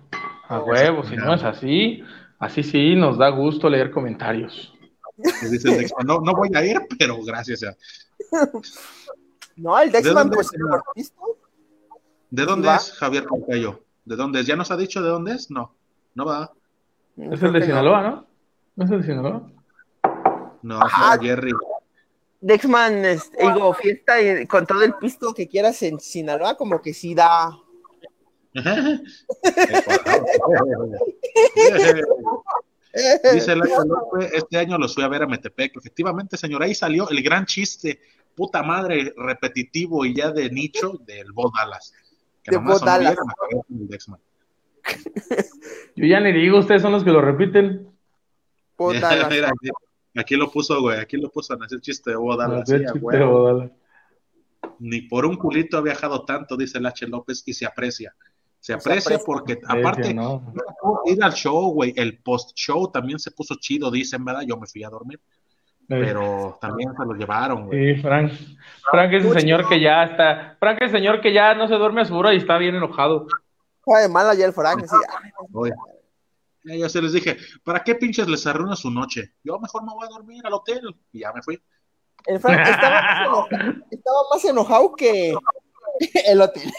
a huevo, si
Mira.
no es así, así sí, nos da gusto leer comentarios.
Y dice el Dexman, no, no voy a ir, pero gracias. a-
No, el Dexman,
dónde
pues,
será?
por pisto.
¿De dónde
¿Va?
es Javier Porcayo? ¿De dónde es? ¿Ya nos ha dicho de dónde es? No, no va.
No,
Es
creo
el de
que no.
Sinaloa, ¿no? ¿No es el de Sinaloa?
No,
Ajá.
es Jerry.
Dexman, este, digo, fiesta y- con todo el pisto que quieras en Sinaloa, como que sí da.
Dice Laco
Eh,
López, este año los fui a ver a Metepec. Efectivamente, señor, ahí salió el gran chiste, puta madre, repetitivo y ya de nicho del Bo Dallas. Que
De
nomás
Bo Dallas.
sonriera, me acordé con el Dexman.
Yo ya ni digo, ustedes son los que lo repiten.
Puta la-
Mira, aquí, aquí lo puso, güey, aquí lo puso en ese chiste de Bo Dallas.
Hacer
sí, a
chiste,
huevo.
bodala.
Ni por un culito ha viajado tanto, dice el H. López, y se aprecia. Se aprecia,
aprecia.
porque,
Bestia,
aparte,
no.
ir al show, güey, el post-show también se puso chido, dicen, ¿verdad? Yo me fui a dormir, pero también se lo llevaron, güey.
Sí, Frank. Frank es el señor que ya está. Frank es el señor que ya no se duerme a su hora y está bien enojado.
Estaba de mala ya el Frank, así, ah,
Oye, ya yo se les dije, ¿para qué pinches les arruina su noche? Yo mejor me voy a dormir al hotel. Y ya me fui.
El Frank estaba más enojado, estaba más enojado que el hotel.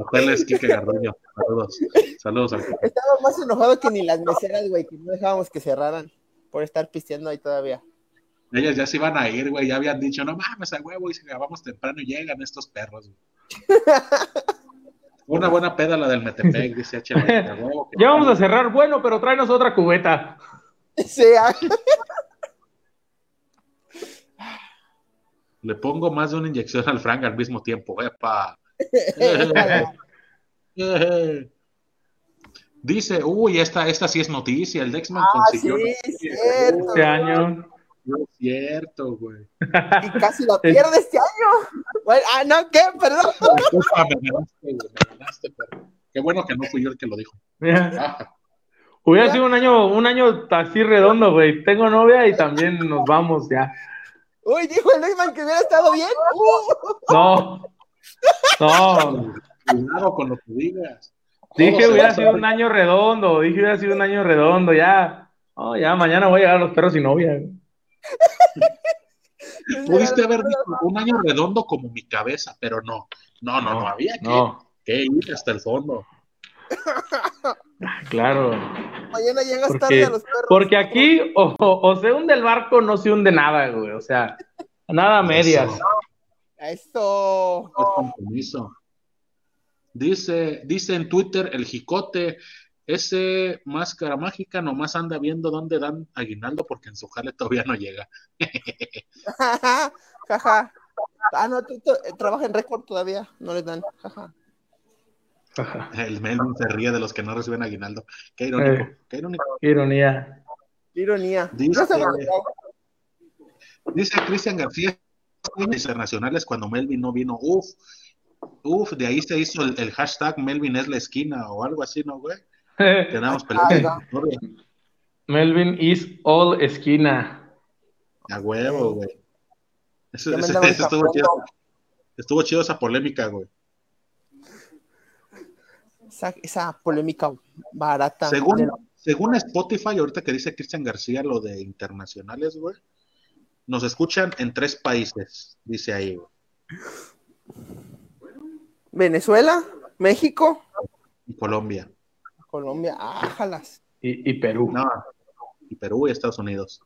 Hotel es Kike Garduño. Saludos. Saludos al Kike.
Estaba más enojado que ni las meseras, güey, que no dejábamos que cerraran por estar pisteando ahí todavía.
Ellas ya se iban a ir, güey. Ya habían dicho, no mames, a huevo. Y si grabamos temprano, llegan estos perros. güey. Una buena peda la del Metepec, dice H. López, a huevo, que-
Ya vamos a cerrar, bueno, pero tráenos otra cubeta.
Sí, ah,
Le pongo más de una inyección al Frank al mismo tiempo. ¡Epa! Dice, uy, esta, esta sí es noticia. El Dexman
Ah, sí,
consiguió.
cierto.
Este año.
No es cierto, güey.
Y casi la pierde este año. Bueno, ah, no, ¿qué? Perdón.
Disculpa, me ganaste, güey, me ganaste, pero qué bueno que no fui yo el que lo dijo.
Mira,
Ah,
Hubiera sido un año, un año así redondo, güey. Tengo novia y también nos vamos ya.
Uy, dijo el Luisman que hubiera estado bien. Uh,
No. No.
cuidado con lo que digas. Todo
Dije
se
hubiera
va
sido
a
un año redondo. Dije hubiera sido un año redondo. Ya. Oh, ya, mañana voy a llegar a los perros sin novia. güey.
saber.
Pues
Pudiste haber dicho un año redondo como mi cabeza, pero no. No, no, no, había que,
No.
que ir hasta el fondo.
Claro.
Mañana llegas
Porque-
tarde a los perros.
Porque aquí o, o- o se hunde el barco, no se hunde nada, güey. O sea, nada a medias.
Eso.
Eso.
Es compromiso. Dice, dice en Twitter el jicote, ese máscara mágica nomás anda viendo dónde dan aguinaldo porque en su jale todavía no llega.
Jaja. jaja. Ah, no, tú- tú- eh, trabaja en récord todavía. No les dan. Jaja.
El Melvin se ríe de los que no reciben aguinaldo. Qué irónico,
Eh.
qué irónico.
Qué ironía.
Qué Ironía.
Dice-
No se me olvidó.
Dice Cristian García, internacionales cuando Melvin no vino. Uf, uf, de ahí se hizo el, el hashtag Melvin es la esquina o algo así, ¿no, güey?
Ah,
Tenemos
Ay,
peleas.
no.
Melvin is all esquina.
A huevo, güey. Eso,
Ya me
eso-
andaba
eso estuvo chido.
escapando.
Estuvo chido esa polémica, güey.
Esa, esa polémica barata. de
Según,
la-
según Spotify, ahorita que dice Cristian García lo de internacionales, güey, nos escuchan en tres países, dice ahí, güey.
Venezuela, México,
Y Colombia.
Colombia. Ájalas.
Y, y Perú.
No, y Perú y Estados Unidos.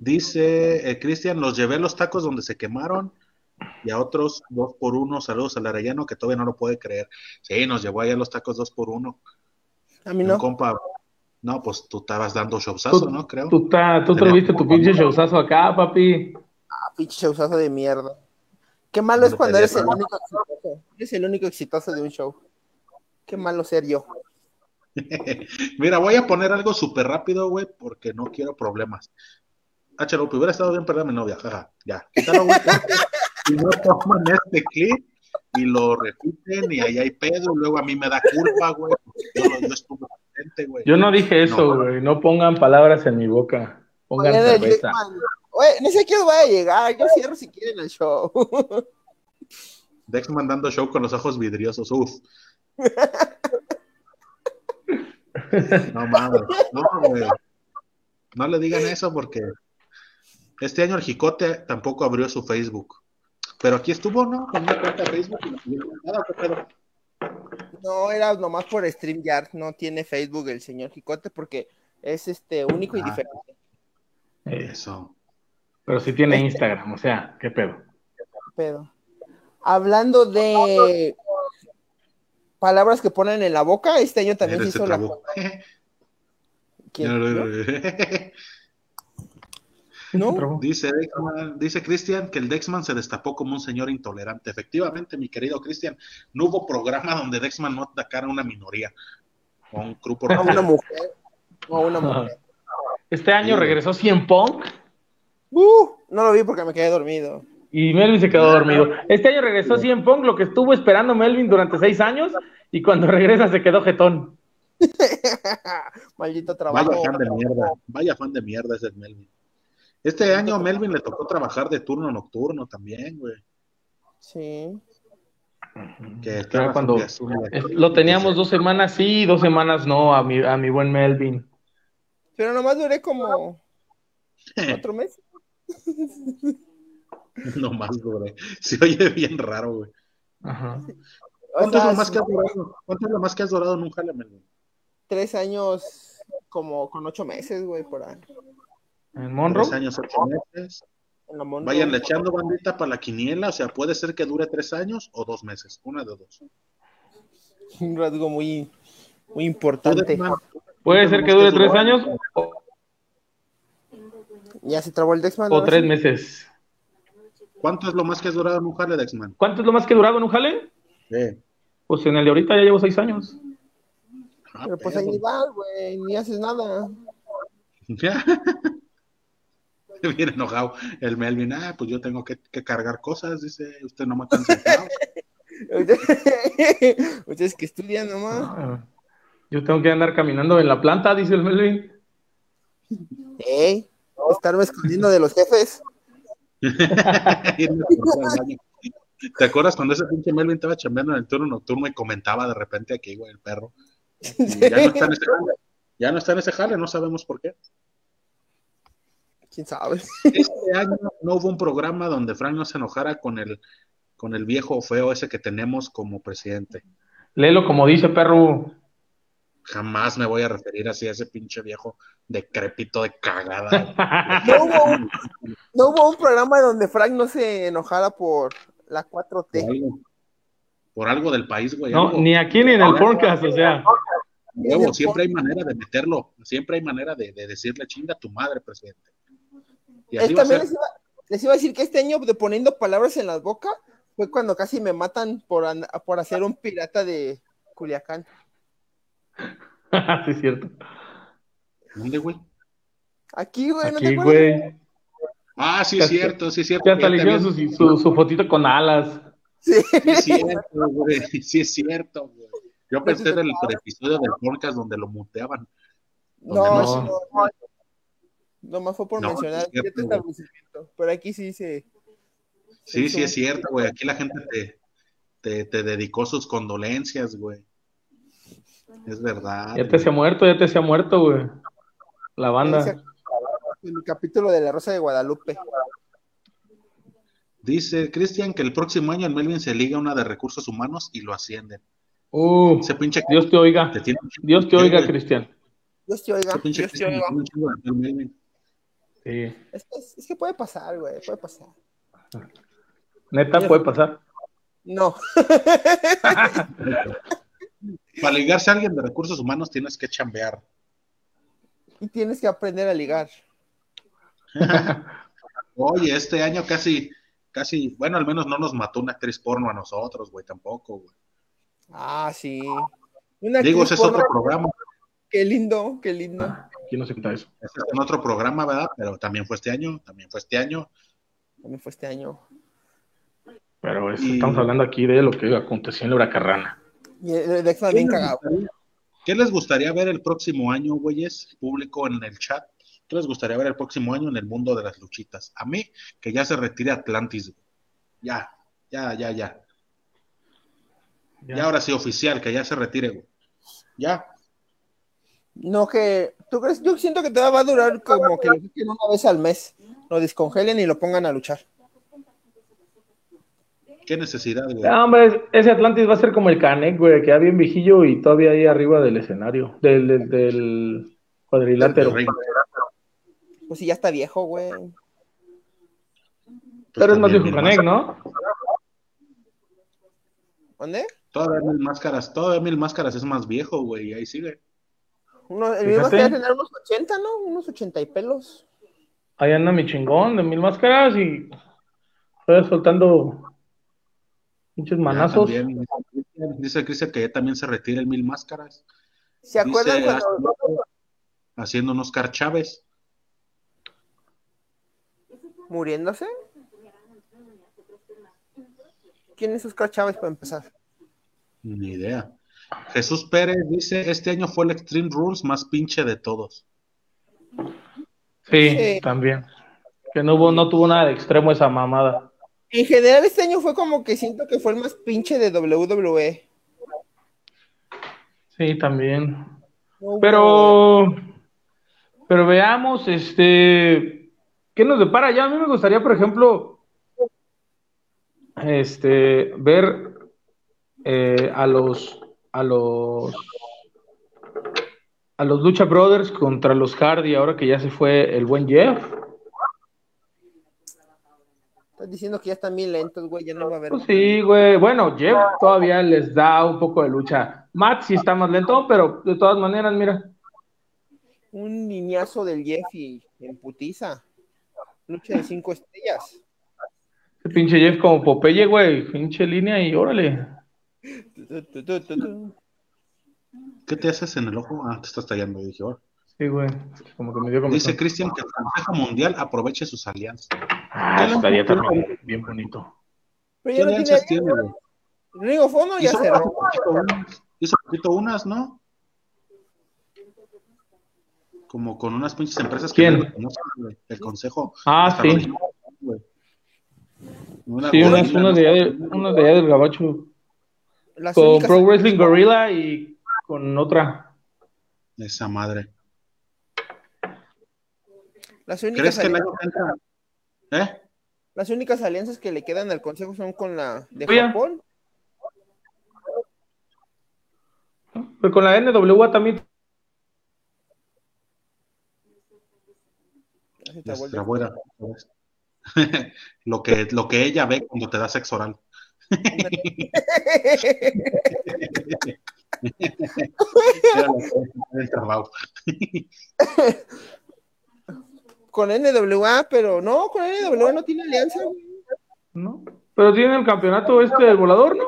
Dice eh, Cristian, los llevé a los tacos donde se quemaron y a otros dos por uno. Saludos al Arellano que todavía no lo puede creer. Sí, nos llevó allá a los tacos dos por uno.
A mí
Un
no.
compa, no, pues tú estabas dando showzazo, ¿no? Creo.
Tú, ta- tú te viste tu pinche showzazo acá, papi.
Ah, pinche usazo de mierda. Qué malo es cuando eres el único exitoso. Eres el único exitoso de un show. Qué malo ser yo.
Mira, voy a poner algo súper rápido, güey, porque no quiero problemas. H. Lupe, hubiera estado bien perder a mi novia, jaja, ya. Quítalo, güey, y no toman este clip y lo repiten y ahí hay pedo, y luego a mí me da culpa, güey, porque yo, yo estuve presente, güey.
Yo no dije eso, güey. No, pongan palabras en mi boca. Pongan
Oye,
cerveza.
Dickman, Oye, no sé a quién voy a llegar. Yo cierro si quieren el show.
Dex mandando show con los ojos vidriosos, uff. No mames, no, güey. No le digan eso porque este año el Jicote tampoco abrió su Facebook. Pero aquí estuvo, ¿no? Con una cuenta de Facebook y no subieron nada, ¿qué pedo?
No, era nomás por StreamYard. No tiene Facebook el señor Jicote porque es este único y
Ah.
diferente.
Eh,
Eso.
pero sí tiene Instagram, o sea, qué pedo.
Pedo. Hablando de palabras que ponen en la boca, este año también se
Eres
hizo
el
la.
trabú.
¿Quién? ¿No? ¿No?
Dice Dexman- dice Cristian que el Dexman se destapó como un señor intolerante. Efectivamente, mi querido Cristian, no hubo programa donde Dexman no atacara a una minoría o a un grupo.
a Ah, una
racial.
mujer. O a una mujer.
Este año regresó 100 Punk
Uh, no lo vi porque me quedé dormido.
y Melvin se
Ah.
quedó dormido. Este año regresó 100 Punk, lo que estuvo esperando Melvin durante seis años y cuando regresa se quedó jetón.
Maldito
Vaya
trabajo.
fan de mierda, vaya fan de mierda es el Melvin. Este año a Melvin le tocó trabajar de turno nocturno también, güey.
Sí.
Que
Claro,
estaba
cuando
azul y azul.
Lo teníamos dos semanas sí y dos semanas no a mi, a mi buen Melvin.
Pero nomás duré como cuatro meses.
No más, güey. Se oye bien raro, güey.
Ajá.
O
¿Cuánto es
sea,
lo más
sí,
que has dorado? ¿Cuánto es lo más que has dorado en un jale, Melvin?
Tres años como con ocho meses, güey, por ahí.
En
Tres
Monroe.
años, ocho meses.
En la Monroe.
Vayan echando bandita para la quiniela, o sea, puede ser que dure tres años o dos meses, una de dos.
Un rasgo muy, muy
Tú,
importante.
Dexman,
Puede ser que dure tres años o,
Ya se trabó el Dexman.
o
ahora
tres
sí.
meses.
¿Cuánto es lo más que has durado en un jale, Dexman?
¿Cuánto es lo más que he durado en un jale?
Eh,
Pues en el de ahorita ya llevo seis años.
ah,
Pero pues ahí
perro.
ni vas, güey, ni haces nada.
Ya. Bien enojado el Melvin. Ah, pues yo tengo que, que cargar cosas, dice. Usted no me cansa.
Ustedes que estudian nomás.
Ah, Yo tengo que andar caminando en la planta, dice el Melvin.
Ey, estarme escondiendo de los jefes.
Irme por todo el baño. ¿Te acuerdas cuando ese pinche Melvin estaba chambeando en el turno nocturno y comentaba de repente aquí, güey, el perro? Y ya no está en ese jale. Ya no está en ese jale, no sabemos por qué.
¿Quién sabe?
Este año no hubo un programa donde Frank no se enojara con el con el viejo feo ese que tenemos como presidente.
Léelo como dice, perro.
Jamás me voy a referir así a ese pinche viejo decrépito de cagada.
No hubo un, no hubo un programa donde Frank no se enojara por la
Por
4T.
algo, por algo del país, güey.
No,
algo.
ni aquí ni en el podcast, o sea.
Huevo, siempre hay manera de meterlo, siempre hay manera de, de decirle chinga a tu madre, presidente. Y así
Él
va a ser.
también les iba, les iba a decir que este año de poniendo palabras en la boca fue cuando casi me matan por, and- por hacer un pirata de Culiacán.
sí, es cierto.
¿Dónde, güey?
Aquí, güey, no te
Aquí,
acuerdas.
güey.
Ah, sí,
Ya
es
sé.
cierto, sí, es cierto.
Ya Pues, hasta le
Ya te
hicieron
había-
su, su, su fotito con alas.
Sí.
Sí es cierto, güey. Sí es cierto, güey. Yo pensé en el episodio del podcast donde lo muteaban.
No,
No.
eso no. no. Nomás fue por
No,
mencionar
es cierto,
cierto
güey.
establecimiento. Pero aquí sí se.
Sí, sí,
Sí.
es cierto, güey. Aquí la gente te, te, te dedicó sus condolencias, güey. Es verdad.
Ya te se ha muerto, ya te se ha muerto, güey. La
se-
banda.
En el capítulo de La Rosa de Guadalupe.
Dice Cristian que el próximo año el Melvin se liga a una de recursos humanos y lo ascienden.
Uh,
Ese pinche
Dios te oiga.
te tiene un chingo-
Dios te oiga,
güey.
Cristian.
Dios te oiga.
ese pinche
Dios te
Cristian le
oiga.
tiene un chingo de fe al Melvin.
Sí.
Es que, es que puede pasar, güey. Puede pasar.
Neta, puede pasar.
No.
Para ligarse a alguien de recursos humanos tienes que chambear.
Y tienes que aprender a ligar.
Oye, este año casi, casi, bueno, al menos no nos mató una actriz porno a nosotros, güey, tampoco, güey.
Ah, sí.
Digo, ese es otro programa.
Qué lindo, qué lindo.
¿Quién no se quita eso?
Ese es en otro programa, ¿verdad? Pero también fue este año, también fue este año.
También fue este año.
Pero es-
Y-
estamos hablando aquí de lo que aconteció en la Huracarrana.
Y el el Dex también
¿Qué les
cagado.
gustaría- ¿Qué les gustaría ver el próximo año, güeyes? Público en el chat. ¿Qué les gustaría ver el próximo año en el mundo de las luchitas? A mí, que ya se retire Atlantis. güey. Ya, ya, ya, ya. Ya, ahora sí, oficial, que ya se retire, güey. Ya.
No que, ¿tú crees? Yo siento que todavía va a durar como que lo saquen una vez al mes. Lo descongelen y lo pongan a luchar.
¿Qué necesidad, güey?
Ah, hombre, ese Atlantis va a ser como el Canek, güey, que ya bien viejillo y todavía ahí arriba del escenario, del, del, del cuadrilátero.
Pues
Pues si ya está viejo, güey.
Pero es más
pues, también
viejo
mil
Canek, ¿no?
¿Dónde?
Todavía mil máscaras, todavía mil máscaras es más viejo, güey, y ahí sigue.
Uno, el mismo
Fíjate.
que debe tener unos 80, ¿no? Unos 80 y pelos.
Ahí anda mi chingón de mil máscaras y todavía soltando pinches
Ya
manazos.
también, dice Cristian- dice Cristian que ya también se retira el mil máscaras,
¿Se acuerdan
Dice
cuando
haciendo unos carchaves.
muriéndose? ¿Quién es Oscar Chávez para empezar?
Ni idea. Jesús Pérez dice, este año fue el Extreme Rules más pinche de todos.
Sí,
Sí.
también. Que no hubo, no tuvo nada de extremo esa mamada.
En general, este año fue como que siento que fue el más pinche de E. WWE.
Sí, también.
No hubo-
Pero, pero veamos, este, ¿qué nos depara ya? A mí me gustaría, por ejemplo, este, ver eh, a los, a los, a los Lucha Brothers contra los Hardy, ahora que ya se fue el buen Jeff.
Estás diciendo que ya están bien lentos, güey. Ya no va a haber.
Pues sí, güey. Bueno, Jeff todavía les da un poco de lucha. Matt sí está más lento, pero de todas maneras, mira.
un niñazo del Jeffy en putiza. Lucha de cinco estrellas.
Ese pinche Jeff como Popeye, güey. Pinche línea y órale.
Tu, tu, tu, tu, tu, tu.
¿Qué te haces en el ojo? Ah, te estás tallando, dije. "Oh".
Sí, güey. Es que como que me dio como.
Dice Cristian que el Consejo Mundial aproveche sus alianzas.
Ah, estaría también bien bonito.
Pero
¿Qué
ya no tiene.
alianzas tiene, güey?
Ringo Fono ya
Hizo
cerró.
poquito unas- hizo poquito unas, ¿no? Como con unas pinches empresas que
¿Quién?
no reconocen, güey, el consejo.
Ah,
Hasta lo
sí.
dijo, güey. Una
Sí, uno es
gorila,
uno
¿no?
de, allá del- uno de allá del Gabacho.
Las
Con
únicas-
Pro Wrestling Gorilla y con otra.
Esa madre.
Las únicas
¿Crees que el
alianzas-
año que entra? ¿Eh?
Las únicas alianzas que le quedan al consejo son con la de
Oye.
Japón.
Pero con la NWA también.
Ya se trabó el-
Nuestra abuela. pues. lo, que, lo que ella ve cuando te da sexo oral. Era lo que- el trabajo.
con NWA, pero no, con NWA no tiene alianza, güey.
¿no? Pero tiene el campeonato este del volador, ¿no?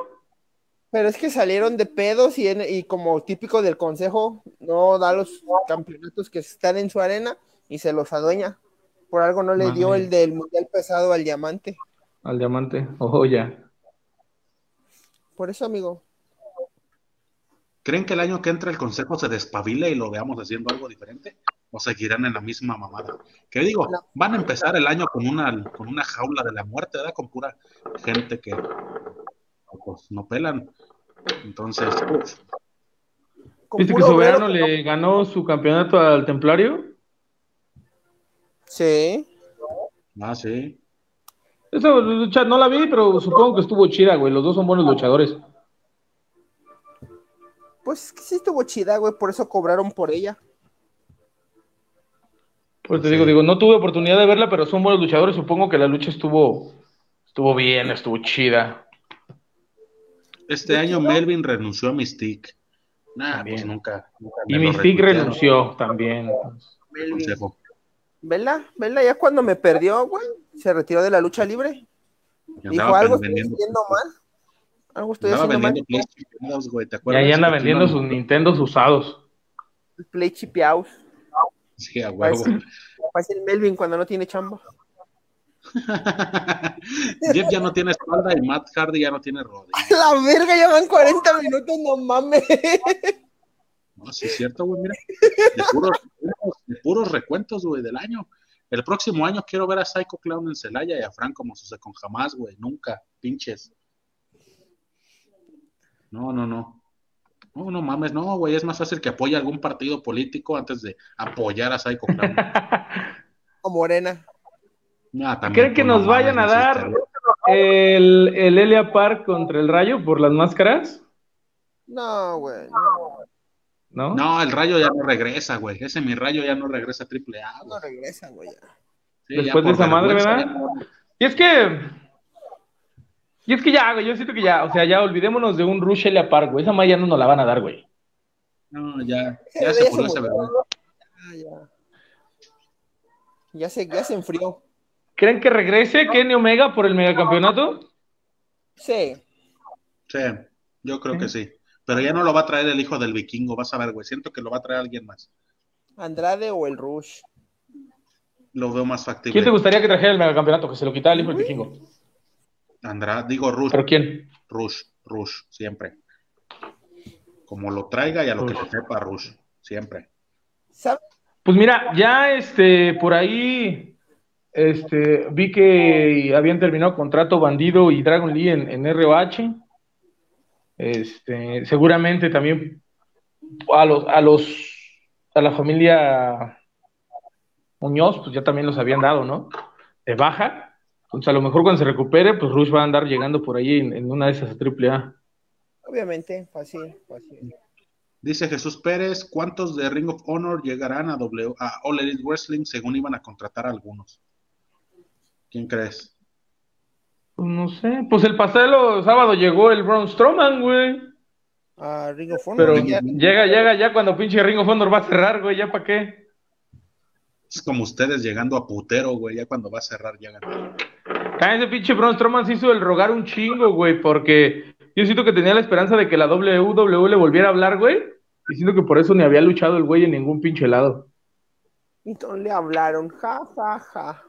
Pero es que salieron de pedos y, en- y como típico del consejo, no da los campeonatos que están en su arena y se los adueña. Por algo no le dio
Mami.
el del mundial pesado al diamante.
Al diamante. Ojo, ya.
Por eso, amigo.
¿Creen que el año que entra el consejo se despabile y lo veamos haciendo algo diferente? ¿O seguirán en la misma mamada? Que digo,
No.
van a empezar el año con una, con una jaula de la muerte, ¿verdad? Con pura gente que pues, no pelan. Entonces, uf,
Con
¿Viste que
puro
Soberano
güero,
le ganó su campeonato al Templario?
Sí.
ah, sí.
Esa lucha no la vi, pero supongo que estuvo chida, güey. Los dos son buenos luchadores.
Pues es que sí estuvo chida, güey, por eso cobraron por ella.
Pues te
Sí.
digo, digo, no tuve oportunidad de verla, pero son buenos luchadores. Supongo que la lucha estuvo, estuvo bien, estuvo chida.
Este
¿De
año
quién?
Melvin renunció a Mystique. Nah,
También.
pues nunca. nunca
Y
me lo
Mystique
retuitearon,
renunció también.
Melvin.
consejo.
¿Verdad? ¿Verdad? Ya cuando me perdió, güey, se retiró de la lucha libre.
Y
Dijo,
andaba pues
algo estoy
vendiendo-
haciendo mal. Algo estoy
andaba
haciendo mal.
vendiendo plays chipeados, güey, ¿te
Y
acuerdas?
ahí anda
Que
vendiendo
iban-
sus Nintendos usados.
Play chipeados.
Sí, a
Pues
huevo.
Parece el Melvin cuando no tiene chamba.
Jeff ya no tiene espalda y Matt Hardy ya no tiene rodilla.
La verga, ya van 40 minutos, no mames.
No, sí es cierto, güey, mira. De puros, de puros recuentos, güey, del año. El próximo año quiero ver a Psycho Clown en Celaya y a Franco Mosuse con jamás, güey, nunca, pinches. No, no, no. No, no mames, no, güey, es más fácil que apoye a algún partido político antes de apoyar a Psycho Clown.
O Morena.
No, también,
¿Creen que
no,
nos
no,
vayan
no,
a
sí,
dar
está
el, el Elia Park contra el Rayo por las máscaras?
No, güey. no,
¿No?
bien. No, el rayo ya no regresa, güey. Ese mi rayo ya no regresa a triple A,
No
güey.
regresa, güey. ya.
Sí, ya
Después de
por
esa madre,
vergüenza,
¿verdad?
ya no-
Y es que. Y es que ya, güey, yo siento que ya, o sea, ya olvidémonos de un Rush Elia Park, güey. Esa madre ya no nos la van a dar, güey.
No, ya,
Ya
ya se
se
pudo esa
murió.
verdad.
Ah, ya. Ya se, ya se enfrió.
¿Creen que regrese Kenny Omega por el megacampeonato?
Sí.
Sí, yo creo que sí. Pero ya no lo va a traer el hijo del vikingo, vas a ver, güey. Siento que lo va a traer alguien más.
Andrade o el Rush.
Lo veo más factible.
¿Quién te gustaría que trajera el megacampeonato? Que se lo quitara el hijo del vikingo.
Andrade, digo Rush,
¿Pero quién?
Rush, Rush, siempre. Como lo traiga y a lo que
Rush.
se sepa, Rush, siempre.
¿Sabes?
Pues mira, ya este, por ahí este, vi que habían terminado contrato Bandido y Dragon Lee en, en ROH. Este, seguramente también a los, a los, a la familia Muñoz, pues ya también los habían dado, ¿no? De baja. Entonces a lo mejor cuando se recupere, pues Rush va a andar llegando por ahí en, en una de esas triple A.
Obviamente, fácil, fácil.
Dice Jesús Pérez, ¿cuántos de Ring of Honor llegarán a, w, a All Elite Wrestling según iban a contratar a algunos? ¿Quién crees?
Pues no sé, pues el pasado sábado llegó el Braun Strowman, güey.
Ah, Ring of Honor,
Pero
ya-
llega, llega ya cuando pinche Ringo of Honor va a cerrar, güey, ya para qué.
Es como ustedes llegando a putero, güey, ya cuando va a cerrar llegan.
Ah, ese pinche Braun Strowman se hizo el rogar un chingo, güey, porque yo siento que tenía la esperanza de que la WWE le volviera a hablar, güey, y siento que por eso ni había luchado el güey en ningún pinche lado.
Entonces le hablaron, ja, ja, ja.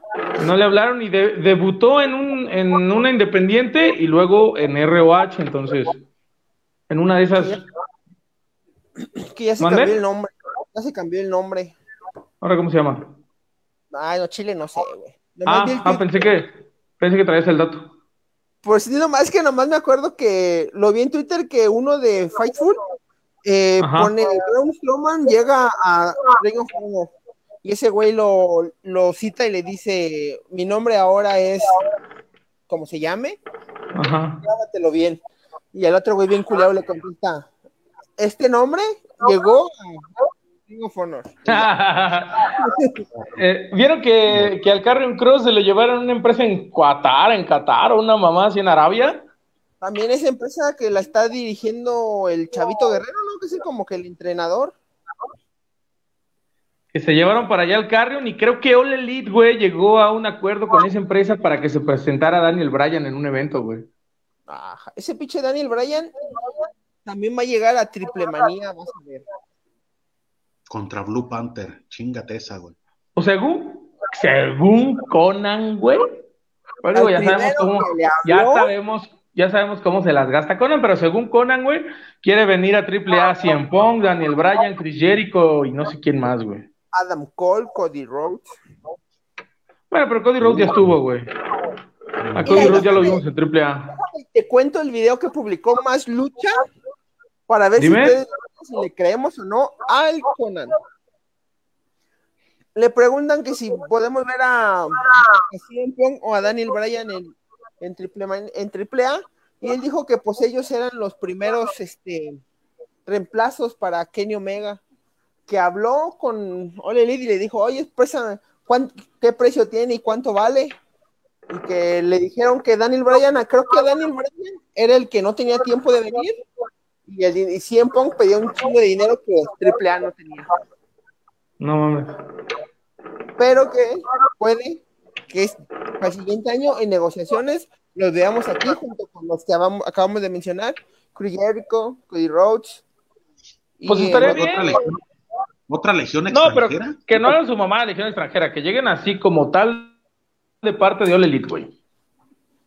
No le hablaron y de- debutó en, un, en una independiente y luego en ROH, entonces, en una de esas,
Es que ya se
¿Mande?
cambió el nombre. Ya se cambió el nombre.
¿ahora cómo se llama?
Ay, no, Chile no sé, güey. Nomás
Ah,
vi el
ah,
tweet.
pensé que, pensé que traías el dato.
Por si Pues, nomás es que nomás me acuerdo que lo vi en Twitter que uno de Fightful eh,
Ajá.
pone Braun Strowman llega a Ring of Honor y ese güey lo, lo cita y le dice mi nombre ahora es como se llame,
Ajá.
llámatelo bien. Y el otro güey bien culiado le contesta este nombre llegó a Ring of Honor.
Eh, ¿Vieron que, que al Carrion Cross se lo llevaron a una empresa en Qatar, en Qatar, o una mamá así en Arabia?
También esa empresa que la está dirigiendo el Chavito Guerrero, ¿no? Que es el- como que el entrenador.
Que se llevaron para allá al Carrion y creo que All Elite, güey, llegó a un acuerdo con esa empresa para que se presentara Daniel Bryan en un evento, güey.
Ajá, Ese pinche Daniel Bryan también va a llegar a triple manía, vas a ver.
Contra Blue Panther, chingate esa, güey.
O según, según Conan, güey. Bueno,
Al
ya sabemos
primero
cómo,
que le
ya
habló.
sabemos, ya sabemos cómo se las gasta Conan, pero según Conan, güey, quiere venir a AAA Cien Pong, Daniel Bryan, Chris Jericho y no sé quién más, güey.
Adam Cole, Cody Rhodes.
Bueno, pero Cody Rhodes ya estuvo, güey. A Cody Rhodes ya lo vimos en AAA.
Ay, Te cuento el video que publicó más lucha para ver si,
Dime.
ustedes- si le creemos o no al Conan. Le preguntan que si podemos ver a, a CM Punk o a Daniel Bryan en, en, triple man- en triple A y él dijo que pues ellos eran los primeros este reemplazos para Kenny Omega que habló con Ole Elite y le dijo oye expresa cuán- qué precio tiene y cuánto vale y que le dijeron que Daniel Bryan, creo que Daniel Bryan era el que no tenía tiempo de venir y el y CM Punk pedía un chingo de dinero que AAA no tenía,
No mames.
pero que puede que es para el siguiente año en negociaciones los veamos aquí junto con los que abam- acabamos de mencionar, Chris Jericho, Cody Rhodes. y,
Pues estaría
eh,
bien.
¿Otra legión, otra legión
No, pero
extranjera?
que no hagan su mamá legión extranjera, que lleguen así como tal de parte de All Elite, güey.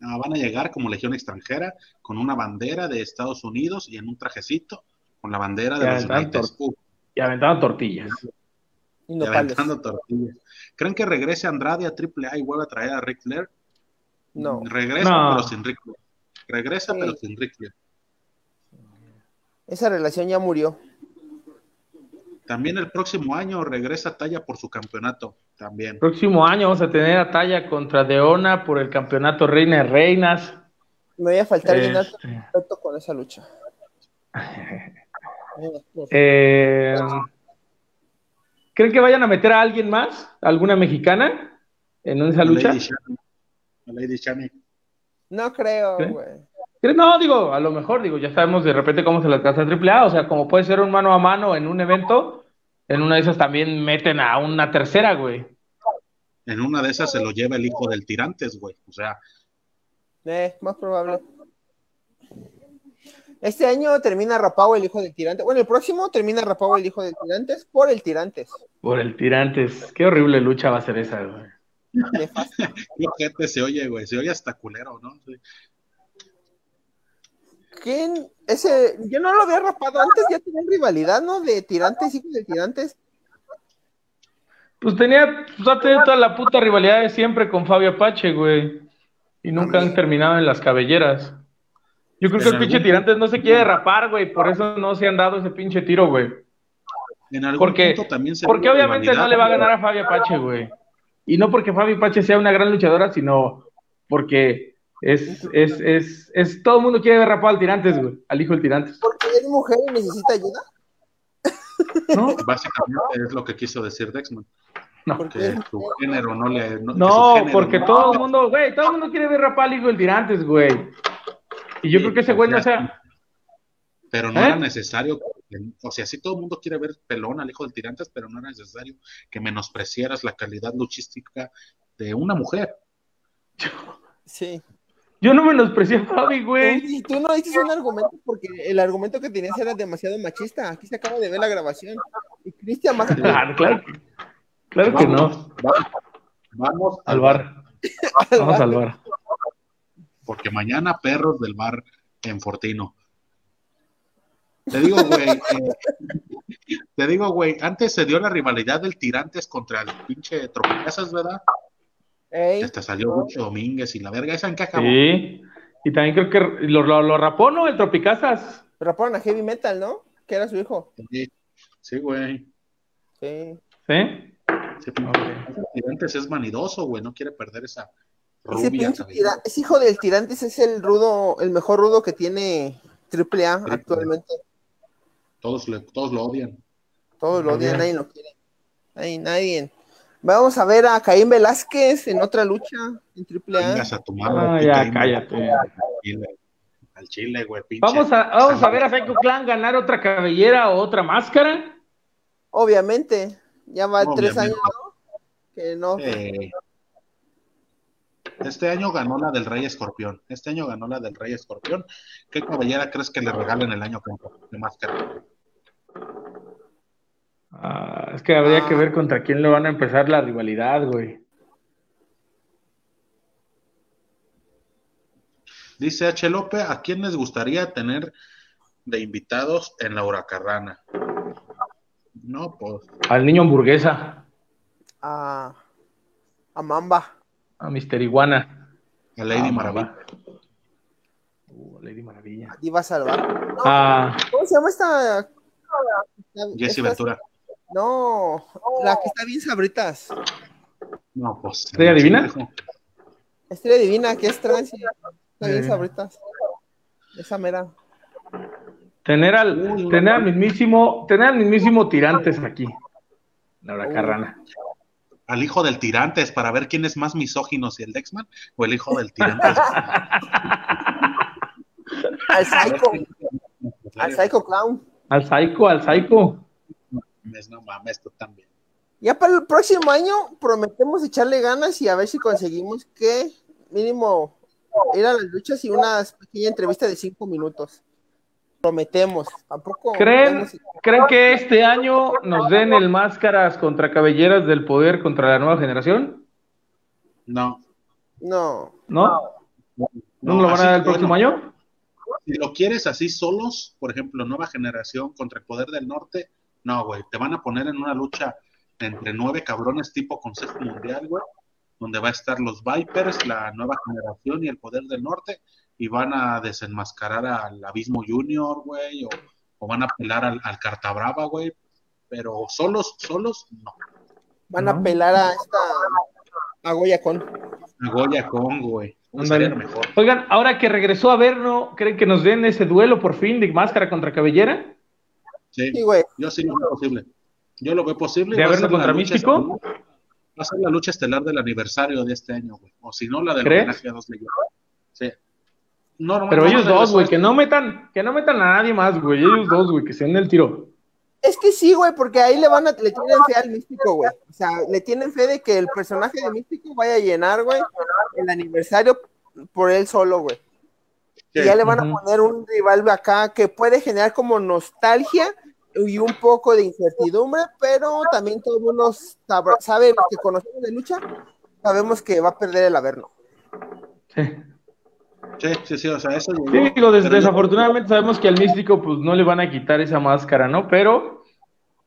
Ah, van a llegar como legión extranjera con una bandera de Estados Unidos y en un trajecito con la bandera de
Ya,
los
tanto.
United States.
Y aventaban tortillas.
y
Y
nopales.
aventando tortillas. ¿Creen que regrese Andrade a AAA y vuelva a traer a Rick Flair?
No.
Regresa,
No.
pero sin Rick Flair. Regresa,
Sí.
pero sin Rick Flair.
Esa relación ya murió.
También el próximo año regresa Talla por su campeonato. También.
Próximo año vamos a tener a Talla contra Deona por el campeonato Reina de Reinas.
Me voy a faltar bien alto
Este.
respeto con esa lucha. Eh, pues,
Eh, ¿Creen que vayan a meter a alguien más? ¿Alguna mexicana? ¿En esa
A
lucha?
Lady Shani. A Lady Shani.
No creo,
¿Creen?
güey.
¿Creen? No, digo, a lo mejor, digo, ya sabemos de repente cómo se las gasta Triple A, o sea, como puede ser un mano a mano en un evento, en una de esas también meten a una tercera, güey.
En una de esas se lo lleva el hijo del tirantes, güey. O sea,
Eh, más probable. Este año termina Rapao el hijo del tirante. Bueno, el próximo termina Rapao el hijo del tirantes por el tirantes.
Por el tirantes. Qué horrible lucha va a ser esa, güey.
Nefasto.
qué gente se oye, güey. Se oye hasta culero, ¿no? Sí.
¿Quién? Ese, yo no lo había rapado antes, ya tenían rivalidad, ¿no? De tirantes, hijo del tirantes.
Pues tenía, pues ha tenido toda la puta rivalidad de siempre con Fabio Apache, güey. Y nunca han terminado en las cabelleras. Yo creo que
Pero
el pinche
algún-
tirantes no se quiere rapar, güey. Por eso no se han dado ese pinche tiro, güey.
En algún
Porque,
punto también se ve
porque
la
obviamente no
rivalidad,
le va a
güey.
ganar a Fabio Apache, güey. Y no porque Fabio Apache sea una gran luchadora, sino porque es, es, es, es, todo el mundo quiere ver rapado al tirantes, güey. Al hijo del tirantes.
Porque es mujer y necesita ayuda.
¿No?
Básicamente es lo que quiso decir Dexman,
No.
que su género no le... No, que su
No,
género
porque
no-
todo el mundo, güey, todo el mundo quiere ver rapar al hijo del tirantes, güey. Y yo
Sí,
creo que ese güey no
o sea,
sea.
Pero no
¿Eh?
era necesario, que- o sea, sí todo el mundo quiere ver pelón al hijo del tirantes, pero no era necesario que menospreciaras la calidad luchística de una mujer.
Sí.
Yo no menosprecio a Fabi, güey.
Y tú no dices un argumento porque el argumento que tenías era demasiado machista. Aquí se acaba de ver la grabación. Y Cristian más.
Claro, Ah, claro que, claro que no.
Vamos, vamos
Al bar. Vamos al bar.
porque mañana perros del bar en Fortino. Te digo, güey, eh, te digo, güey, antes se dio la rivalidad del tirantes contra el pinche tropezas, ¿verdad?
Ey,
Hasta salió Lucho Domínguez y la verga, ¿esa en qué acabó?
Sí. Y también creo que lo, lo, lo rapó, ¿no? El Tropicazas.
raparon a Heavy Metal, ¿no? Que era su hijo.
Sí, ¿eh? Sí, güey.
Sí.
¿Sí?
Sí, pinche Tirantes es vanidoso, güey, no quiere perder esa rubia.
Ese pinche
cabelluda.
tira- ese hijo del tirantes es el rudo, el mejor rudo que tiene AAA
Triple A.
actualmente.
Todos, le- todos lo odian.
Todos lo
Muy
odian,
bien.
nadie lo quiere. Nadie, nadie. Vamos a ver a Caín Velázquez en otra lucha en AAA.
Vengas a tu madre.
Ah,
tú,
ya,
Caín,
cállate.
Al chile, al chile, güey, pinche.
Vamos a, vamos a ver a Psycho Clan ganar otra cabellera o otra máscara.
Obviamente, ya va tres
Obviamente.
años, ¿no? Que no.
Eh, Este año ganó la del Rey Escorpión. Este año ganó la del Rey Escorpión. ¿Qué cabellera crees que le regalen el año que entra de máscara?
Ah, es que habría
Ah.
que ver contra quién le van a empezar la rivalidad, güey.
Dice H. López, ¿a quién les gustaría tener de invitados en la huracarrana? No, pues,
Al niño hamburguesa,
A, a Mamba.
a Mister Iguana.
a Lady
Ah,
Maravilla.
mamá. Uh, Lady Maravilla.
Diva Salvar. No,
Ah,
¿Cómo se llama esta? esta-
Jesse Ventura.
No, la que está bien sabritas.
No, pues.
¿Estrella divina?
chico.
Estrella divina, que es trans. y Está bien
Eh.
sabritas. Esa mera.
Tener al,
Uy,
tener al mismísimo, tener al mismísimo tirantes aquí. Laura
Oh.
Uy.
Carrana.
Al hijo del tirantes para ver quién es más misógino, si el Dexman o el hijo del tirantes.
Al Psycho, al Psycho Clown.
Al Psycho, al Psycho.
No mames, tú también.
Ya para el próximo año prometemos echarle ganas y a ver si conseguimos que mínimo ir a las luchas y una pequeña entrevista de cinco minutos. Prometemos. Tampoco.
¿Creen,
prometemos-
¿Creen que este año nos den el máscaras contra cabelleras del poder contra la nueva generación?
No.
No.
¿No? ¿No, nos lo van a
así,
dar el próximo
bueno,
año?
Si lo quieres así solos, por ejemplo, Nueva Generación contra el Poder del Norte, no, güey. Te van a poner en una lucha entre nueve cabrones tipo Consejo Mundial, güey, donde va a estar los Vipers, la Nueva Generación y el Poder del Norte, y van a desenmascarar al Abismo Junior, güey, o, o van a pelar al, al Cartabrava, güey. Pero solos, solos, no.
Van
No.
a pelar a esta. A Goya con.
A Goya Congo, güey. Eso
Ándale.
sería lo mejor.
Oigan, ahora que regresó a Verno, ¿creen que nos den ese duelo por fin de máscara contra cabellera?
Sí.
Sí, güey.
Yo sí lo veo posible. Yo lo veo posible.
¿De
Va a
Averno
ser la
contra
lucha
Místico?
estelar- Va a ser la lucha estelar del aniversario de este año, güey. O si no, la del
¿Crees?
homenaje a dos leyendas. Sí. No, no,
Pero
no,
ellos
no,
dos,
no,
güey,
no,
que no metan, que no metan a nadie más, güey. Ellos dos, güey, que se den el tiro.
Es que sí, güey, porque ahí le van a, le tienen fe al místico, güey. O sea, le tienen fe de que el personaje de místico vaya a llenar, güey, el aniversario por él solo, güey.
sí.
Y ya le van
Ujú.
a poner un rival acá que puede generar como nostalgia y un poco de incertidumbre, pero también todos unos sabra- sabe los que conocemos de lucha, sabemos que va a perder el Averno.
Sí, sí, sí, o sea, eso llegó.
Sí, digo, des-
Pero yo-
desafortunadamente sabemos que al místico pues no le van a quitar esa máscara, ¿no? Pero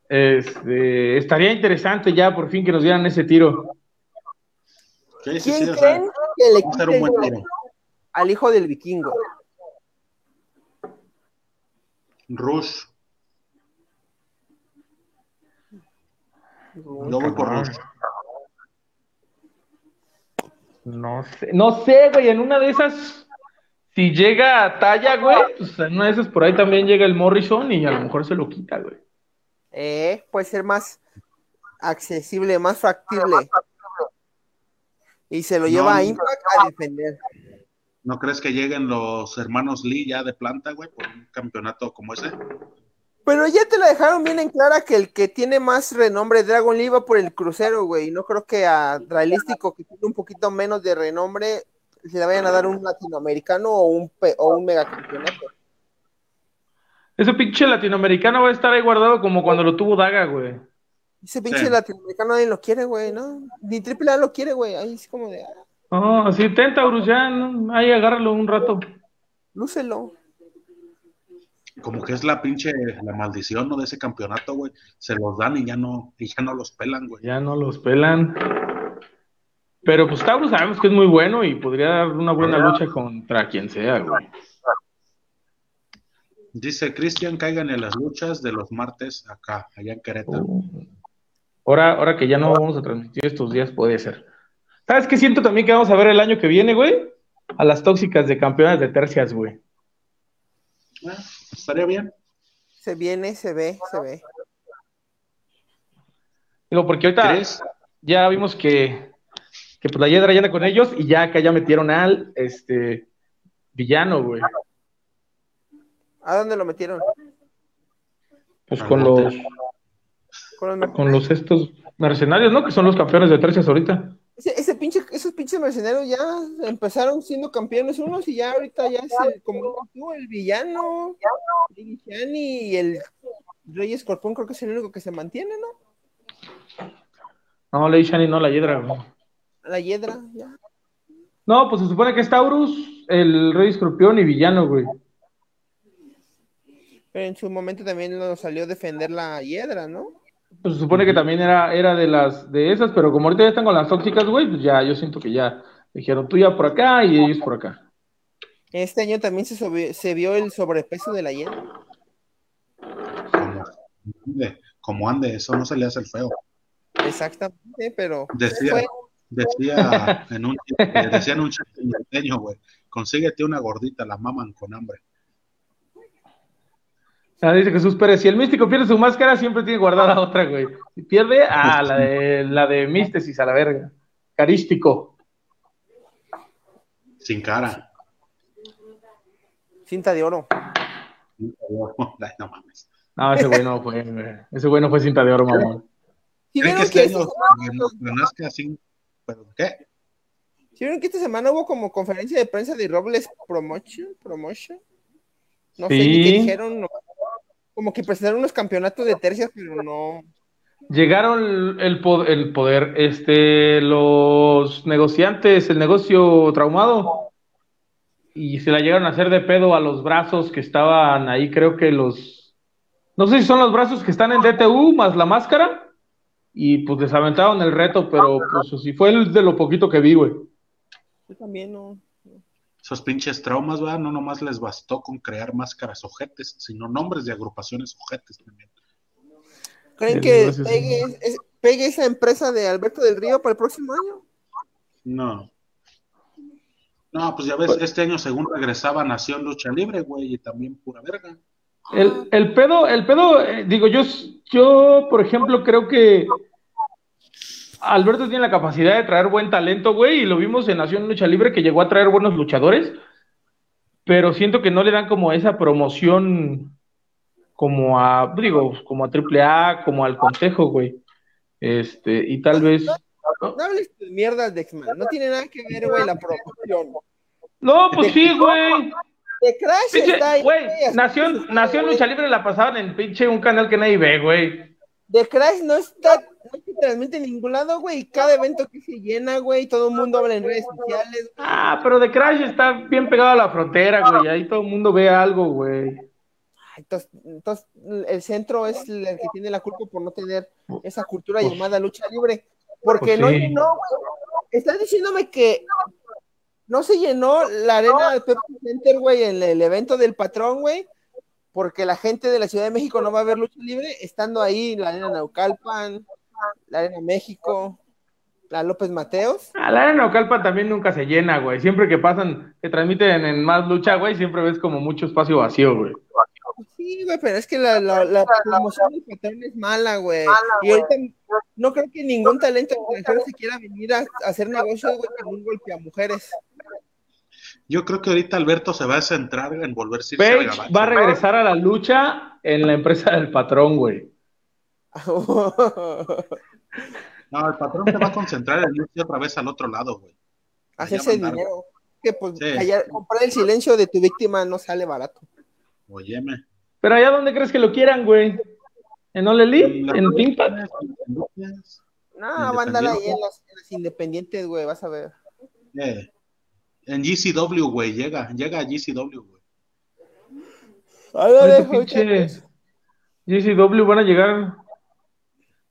este, estaría interesante ya por fin que nos dieran ese tiro.
Sí, sí, sí,
¿Quién
o sea,
creen que le
va a ser un
quite
buen
el-
tiro.
al hijo del vikingo?
Rush. Yo voy por Rush.
No sé, no sé, güey, en una de esas, si llega a talla, güey, pues en una de esas por ahí también llega el Morrison y a lo mejor se lo quita, güey.
Eh, puede ser más accesible, más factible. Y se lo
No,
lleva
no.
a Impact a defender.
¿No crees que lleguen los hermanos Lee ya de planta, güey, por un campeonato como ese?
Pero ya te la dejaron bien en clara que el que tiene más renombre Dragon Lee va por el crucero, güey. Y No creo que a Realístico, que tiene un poquito menos de renombre, se le vayan a dar un latinoamericano o un, pe- o un megacampeonato.
Ese pinche latinoamericano va a estar ahí guardado como cuando lo tuvo Daga, güey.
Ese pinche
Sí.
latinoamericano nadie lo quiere, güey, ¿no? Ni Triple A lo quiere, güey. Ahí es como de, ah,
No, así Tentaurus ya, no, ahí agárralo un rato.
lúcelo.
Como que es la pinche, la maldición, ¿no? De ese campeonato, güey. Se los dan y ya no, y ya no los pelan, güey.
Ya no los pelan. Pero pues Taurus sabemos que es muy bueno y podría dar una buena lucha contra quien sea, güey.
Dice Cristian, caigan en las luchas de los martes acá, allá en Querétaro.
Ahora, ahora que ya no vamos a transmitir estos días, puede ser. ¿Sabes qué siento también que vamos a ver el año que viene, güey? A las tóxicas de campeonas de tercias, güey.
Ah, estaría bien.
Se viene, se ve, se ve.
Digo, porque ahorita
¿Crees?
ya vimos que, que pues la Yedra ya anda con ellos y ya acá ya metieron al este villano, güey.
¿A dónde lo metieron?
Pues con los,
Con los mer-
con los estos mercenarios, ¿no? Que son los campeones de tercias ahorita.
Ese, ese pinche, esos pinches mercenarios ya empezaron siendo campeones unos y ya ahorita ya es el, como dices tú, el villano, Big Chan y el Rey Escorpión creo que es el único que se mantiene, ¿no?
No, Lady Shani no, la Hiedra. güey.
La hiedra, ya.
No, pues se supone que es Taurus, el Rey Escorpión y Villano, güey.
Pero en su momento también lo salió a defender la hiedra, ¿no?
Pues se supone que también era, era de las de esas, pero como ahorita ya están con las tóxicas, güey, pues ya yo siento que ya dijeron tú ya por acá y ellos por acá.
Este año también se, sobre- se vio el sobrepeso de la hiedra.
Como ande, como ande, eso no se le hace el feo.
Exactamente, pero
Decía,
fue
decía en un eh, decía en un chiste norteño, güey, consíguete una gordita, la maman con hambre.
Ah, dice Jesús Pérez, si el místico pierde su máscara, siempre tiene guardada otra, güey. Si pierde, ah, la de la de místesis a la verga. Carístico.
Sin cara.
cinta de oro.
"Oh, Ay, no mames.
No, ese güey no fue, güey. Ese güey no fue cinta de oro, mamón.
¿Sí
¿Creen
vieron
este que
que
este
ese-
año ganazca así? ¿Pero qué?
¿Sí vieron que esta semana hubo como conferencia de prensa de Robles Promotion? Promotion? No sé ni
Sí.
qué dijeron, no- como que presentaron unos campeonatos de tercias, pero no.
Llegaron el, po- el poder, este, los negociantes, el negocio traumado, y se la llegaron a hacer de pedo a los brazos que estaban ahí, creo que los, no sé si son los brazos que están en DTU más la máscara, y pues les aventaron el reto, pero pues sí fue el de lo poquito que vi, güey.
Yo también no.
Esos pinches traumas, ¿verdad? No nomás les bastó con crear máscaras ojetes, sino nombres de agrupaciones ojetes también.
¿Creen
Sí,
que
gracias,
pegue,
señor.
es- pegue esa empresa de Alberto del Río para el próximo año?
No. No, pues ya ves, este año según regresaba Nación Lucha Libre, güey, y también pura verga.
El, el pedo, el pedo, eh, digo, yo, s- yo, por ejemplo, creo que Alberto tiene la capacidad de traer buen talento, güey, y lo vimos en Nación Lucha Libre que llegó a traer buenos luchadores, pero siento que no le dan como esa promoción como a, digo, como a AAA, como al Consejo, güey. Este, y tal vez.
No hables de mierdas de X-Men. No tiene nada que ver, güey, la promoción.
No, pues sí, güey.
De Crash
Pinche-
está ahí.
Güey,
güey,
Nación, Nación Lucha Libre la pasaban en pinche un canal que nadie ve, güey.
De Crash no está, no se transmite en ningún lado, güey. y Cada evento que se llena, güey, todo el mundo habla en redes sociales.
Ah, pero The Crash está bien pegado a la frontera, güey. Ahí todo el mundo ve algo, güey.
Ay, tos- Entonces, el centro es el que tiene la culpa por no tener esa cultura
Pues-
llamada lucha libre. Porque
pues
no
sí.
llenó, güey. Estás diciéndome que no se llenó la arena del Pepsi Center, güey, en el evento del patrón, güey. Porque la gente de la Ciudad de México no va a ver lucha libre estando ahí la arena Naucalpan, la arena México, la López Mateos.
Ah, La arena Ocalpa también nunca se llena, güey. Siempre que pasan, que transmiten en más lucha, güey, siempre ves como mucho espacio vacío, güey.
Sí, güey, pero es que la, la, la promoción del patrón es mala, güey. Y ahorita no creo que ningún talento extranjero se quiera venir a, a hacer negocios, güey, con un golpe a mujeres.
Yo creo que ahorita Alberto se va a centrar en volverse irse al
Page
gabacho.
va a regresar a la lucha en la empresa del patrón, güey.
No, el patrón se va a concentrar en irse otra vez al otro lado, güey.
Hacerse
mandaron.
dinero. Que pues
Sí.
callar- comprar el silencio de tu víctima no sale barato.
Óyeme.
Pero allá dónde crees que lo quieran, güey? ¿En All Elite? ¿En Impact?
No, van a andar ahí en las, en las independientes, güey, vas a ver.
Eh, En GCW, güey, llega, llega a GCW, güey.
Ahí lo
Ay,
dejo,
pinche
chavos.
GCW van a llegar.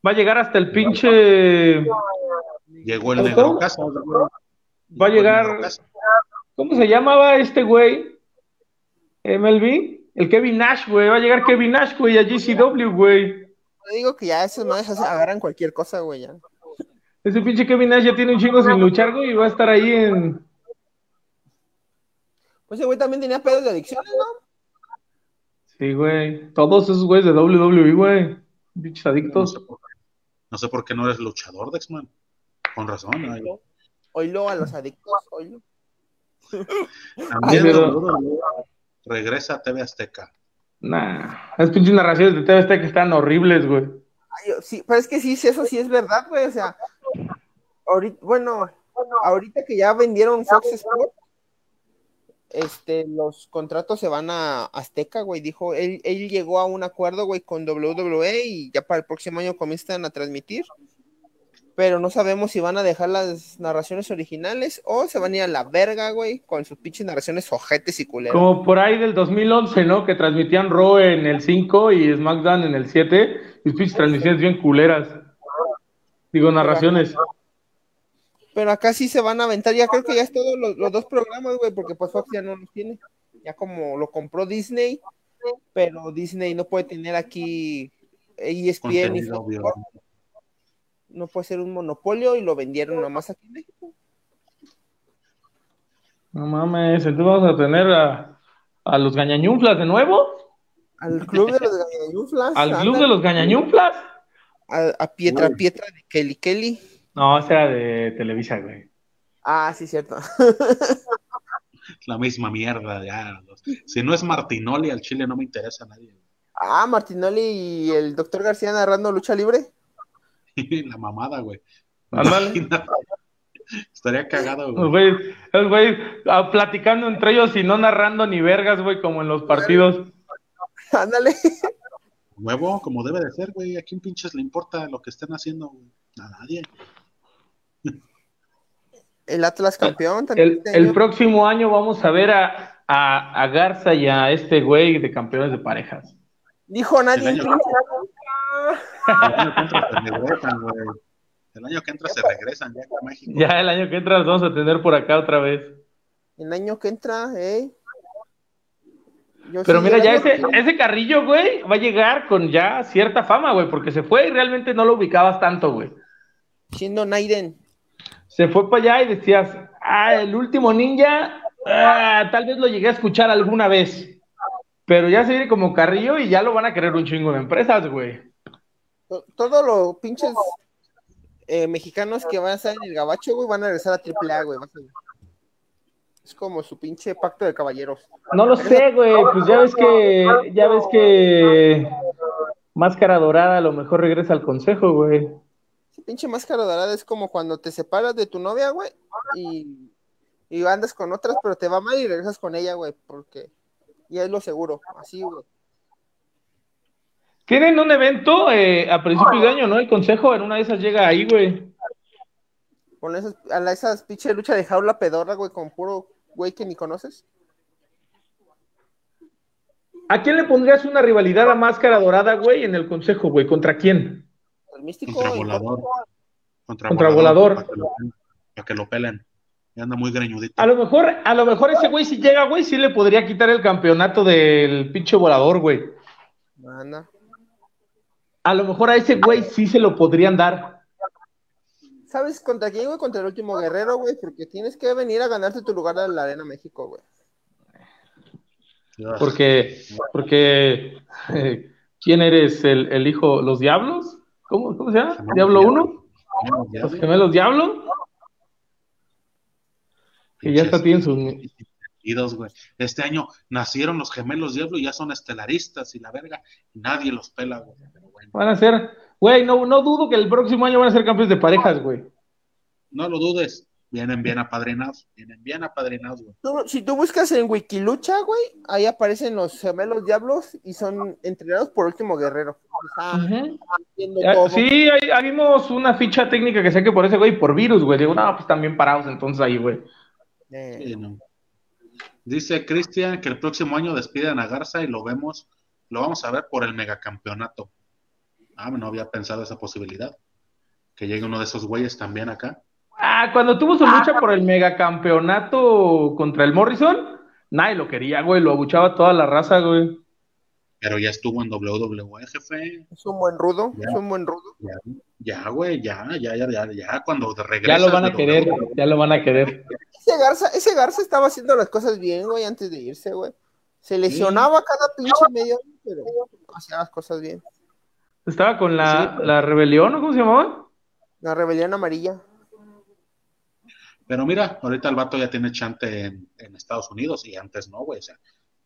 Va a llegar hasta el pinche.
Llegó el
¿Algo?
negro casa, güey.
Va a
Llegó el
llegar-
Negro Casas.
¿Cómo se llamaba este güey? MLB. El Kevin Nash, güey. Va a llegar Kevin Nash, güey, a GCW, güey.
Yo digo que ya esos madres hacen- agarran cualquier cosa, güey, ya.
Ese pinche Kevin Nash ya tiene un chingo sin luchar, güey, y va a estar ahí en.
Pues ese güey también tenía pedos de adicciones, ¿no?
Sí, güey. Todos esos güeyes de WWE, güey. Pinches
No sé
adictos.
por qué. No sé por qué no eres luchador, Dexman. Con razón. ay.
Oílo a los adictos, oílo.
También
Ay, pero-
seguro, güey, regresa a TV Azteca.
Nah. Las pinches narraciones de TV Azteca están horribles, güey.
Ay, Sí, pero es que sí, sí, eso sí es verdad, güey. O sea, ahorita, bueno, ahorita que ya vendieron Fox Sports, este, los contratos se van a Azteca, güey. Dijo, él, él llegó a un acuerdo, güey, con WWE y ya para el próximo año comienzan a transmitir. Pero no sabemos si van a dejar las narraciones originales o se van a ir a la verga, güey, con sus pinches narraciones ojetes y culeros.
Como por ahí del 2011, ¿no? Que transmitían Raw en el 5 y SmackDown en el 7. Y pinches transmisiones bien culeras. Digo, narraciones.
Pero acá sí se van a aventar. Ya creo que ya es todo los, los dos programas, güey, porque pues Fox ya no los tiene. Ya como lo compró Disney, pero Disney no puede tener aquí E ESPN y
Contenido
Fox
violento.
Sports. no puede ser un monopolio y lo vendieron nomás aquí en México.
No mames, entonces vamos a tener a, a los gañañunflas de nuevo,
Al club de los gañayuflas.
al club
ándale,
de los gañañunflas.
A, a Pietra
Güey.
Pietra de Kelly Kelly.
No, esa era de Televisa, güey.
Ah, sí, cierto.
La misma mierda, ya. los- Si no es Martinoli, al Chile no me interesa a nadie.
Ah, Martinoli y el doctor García narrando lucha libre.
La mamada, güey.
Ah, Ándale.
Imagínate. Estaría cagado,
Los
güey.
güeyes, los güeyes, ah, platicando entre ellos y no narrando ni vergas, güey, como en los partidos.
Ándale.
Huevo, como debe de ser, güey. ¿A quién pinches le importa lo que estén haciendo? güey? A nadie.
El Atlas campeón también.
El,
este
el
año.
próximo año vamos a ver a, a- a Garza y a este güey de campeones de parejas.
Dijo nadie.
el año-
incluye
El año que entra se regresan, güey. El año que entra se regresan ya acá a México.
Ya el año que entra los vamos a tener por acá otra vez.
El año que entra, ¿eh? Yo
Pero
Pues sí,
mira,
el
ya
año
ese,
que-
ese carrillo, güey, va a llegar con ya cierta fama, güey, porque se fue y realmente no lo ubicabas tanto, güey.
Siendo Naiden.
Se fue para allá y decías, ah, el último ninja, ah, tal vez lo llegué a escuchar alguna vez. Pero ya se viene como carrillo y ya lo van a querer un chingo de empresas, güey.
To- Todos los pinches eh, mexicanos que van a estar en el gabacho, güey, van a regresar a AAA, güey. vas a ver. Es como su pinche pacto de caballeros.
No lo sé, güey, pues ya ves que, ya ves que Máscara Dorada a lo mejor regresa al consejo, güey.
Esa pinche máscara dorada es como cuando te separas de tu novia, güey, y, y andas con otras, pero te va mal y regresas con ella, güey, porque ya es lo seguro. Así, güey.
Tienen un evento eh, a principios de año, ¿no? El consejo en una de esas llega ahí, güey.
Con esas, a la- esas pinche lucha de jaula pedorra, güey, con puro güey que ni conoces.
¿A quién le pondrías una rivalidad a Máscara Dorada, güey, en el consejo, güey? ¿Contra quién?
El místico.
Contra
y-
volador. Contra,
Contra
Para
volador.
que, lo, para que lo pelen. Ya anda muy greñudito.
A lo mejor, a lo mejor ese güey si llega, güey, sí le podría quitar el campeonato del pinche volador, güey.
Anda.
A lo mejor a ese güey sí se lo podrían dar.
¿Sabes contra quién, güey? Contra el último guerrero, güey, porque tienes que venir a ganarte tu lugar en la Arena México, güey.
Ya.
Porque, porque, eh, ¿quién eres? ¿El, el hijo? ¿Los diablos? ¿Cómo, cómo se llama? ¿Diablo 1?
Ya,
¿Los gemelos diablo? Que ya está tienen sus...
Y dos, güey. Este año nacieron los gemelos diablo y ya son estelaristas y la verga. Nadie los pela, güey. Pero bueno,
Van a ser... Güey, no, no dudo que el próximo año van a ser campeones de parejas, güey.
no lo dudes. Vienen bien apadrinados. Vienen bien apadrinados, güey.
Tú- si tú buscas en Wikilucha, güey, ahí aparecen los gemelos diablos y son entrenados por último guerrero. Está
Ujú.
haciendo
Ah,
todo.
Sí, ahí, ahí vimos una ficha técnica que sé que por ese güey, por virus, güey. Digo, no, pues también parados entonces ahí, güey.
Eh,
Sí, no. Dice Cristian que el próximo año despiden a Garza y lo vemos, lo vamos a ver por el megacampeonato. Ah, no había pensado esa posibilidad. Que llegue uno de esos güeyes también acá.
Ah, cuando tuvo su lucha por el megacampeonato contra el Morrison, nadie lo quería, güey. Lo abuchaba toda la raza, güey.
Pero ya estuvo en WWE, jefe.
es un buen rudo,
Ya.
es un buen rudo.
Ya, ya, güey, ya, ya, ya, ya, ya, cuando
Ya
regresa.
lo van a querer, ya lo van a querer.
Ese Garza, ese Garza estaba haciendo las cosas bien, güey, antes de irse, güey. Se lesionaba cada pinche medio año, pero hacía las cosas bien.
Estaba con la,
Sí.
la rebelión, ¿o cómo se llamaba?
La rebelión amarilla.
Pero mira, ahorita el vato ya tiene chante en, en Estados Unidos y antes no, güey. O sea,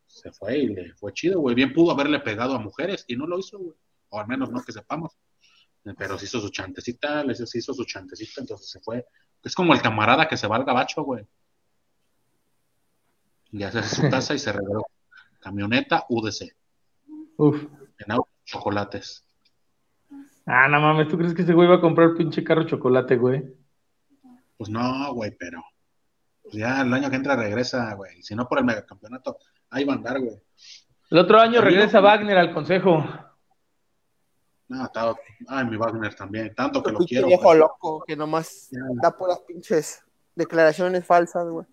se fue y le fue chido, güey. Bien pudo haberle pegado a mujeres y no lo hizo, güey. O al menos no que sepamos. Eh, Pero se hizo su chantecita, les se hizo su chantecita, entonces se fue. Es como el camarada que se va al gabacho, güey. Y hace su casa y se regaló. Camioneta UDC,
Uf.
en auto, chocolates.
Ah, no mames, ¿tú crees que ese güey va a comprar pinche carro chocolate, güey?
Pues no, güey, pero pues ya el año que entra regresa, güey. Si no por el megacampeonato, ahí va a andar, güey.
El otro año regresa Wagner al consejo.
No, está. Ay, mi Wagner también. Tanto que lo
Pinche
quiero.
viejo
güey.
loco que nomás
Ya.
da puras pinches declaraciones falsas, güey.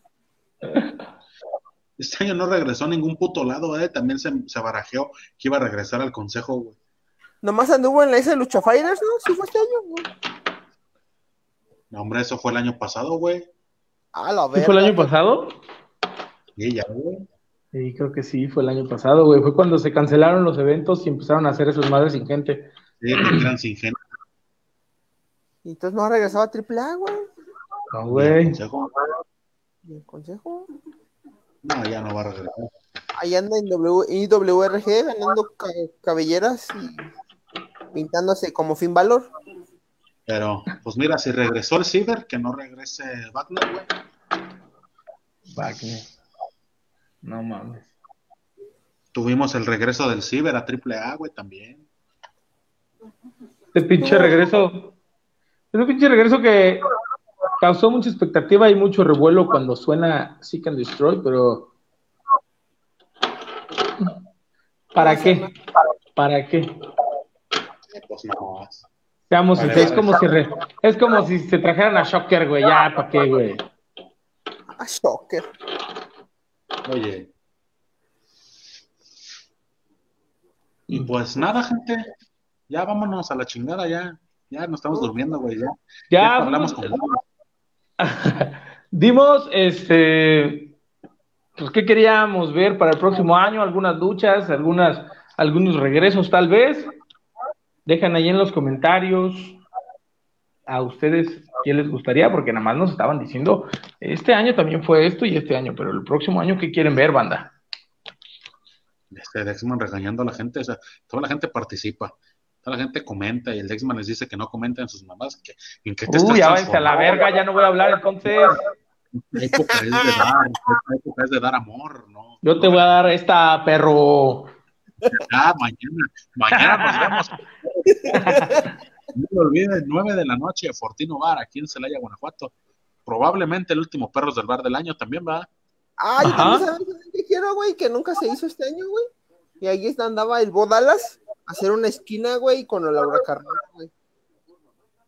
Este año no regresó a ningún puto lado, ¿eh? También se, se barajeó que iba a regresar al consejo, güey.
Nomás anduvo en la S de Lucha Fighters, ¿no? Sí fue este año, güey.
No, hombre, eso fue el año pasado, güey.
A la
¿Sí
verga.
fue el año pasado?
Y ya, güey.
Sí, creo que sí, fue el año pasado, güey. Fue cuando se cancelaron los eventos y empezaron a hacer esos madres sin gente.
Sí, te quedan sin gente.
Y entonces no ha regresado a AAA, güey.
No,
güey, al
güey.
consejo.
Y el consejo.
No, ya no va a regresar.
Ahí anda en W- IWRG ganando ca- cabelleras y pintándose como fin valor.
Pero, pues mira, si regresó el Ciber, que no regrese Wagner, güey.
Wagner. No mames.
Tuvimos el regreso del Ciber a AAA, güey, también.
Este pinche regreso. Este pinche regreso que causó mucha expectativa y mucho revuelo cuando suena Seek and Destroy, pero. ¿Para qué? ¿Para qué?
Pues no.
Seamos
Vale,
sinceros,
vale.
es como si re- es como si se trajeran a Shocker, güey, ya, ¿para qué, güey?
Ah, shocker.
Oye. Y pues nada, gente. Ya vámonos a la chingada, ya. Ya nos estamos durmiendo, güey. Ya,
Ya
hablamos con
fuimos- dimos, este, pues qué queríamos ver para el próximo año, algunas duchas, algunas, algunos regresos tal vez. Dejan ahí en los comentarios a ustedes qué les gustaría, porque nada más nos estaban diciendo, este año también fue esto y este año, pero el próximo año, ¿qué quieren ver, banda?
Este Dexman regañando a la gente, o sea, toda la gente participa, toda la gente comenta y el Dexman les dice que no comenten sus mamás. Que, Este ¿En qué te
Uy,
estás
ya váyanse a la
transformando?
verga, ya no voy a hablar entonces.
Esta época es de dar, esta época es de dar amor, ¿no?
Yo te voy a dar esta, perro.
Ah, mañana, mañana nos vemos. No lo olviden, 9 de la noche, Fortino Bar, aquí en Celaya, Guanajuato. Probablemente el último Perros del Bar del año también va.
Ay,
Ajá.
¿sabes qué quiero, güey? Que nunca se hizo este año, güey. Y ahí está- andaba el Bodalas a hacer una esquina, güey, con el Laura Carnal, güey.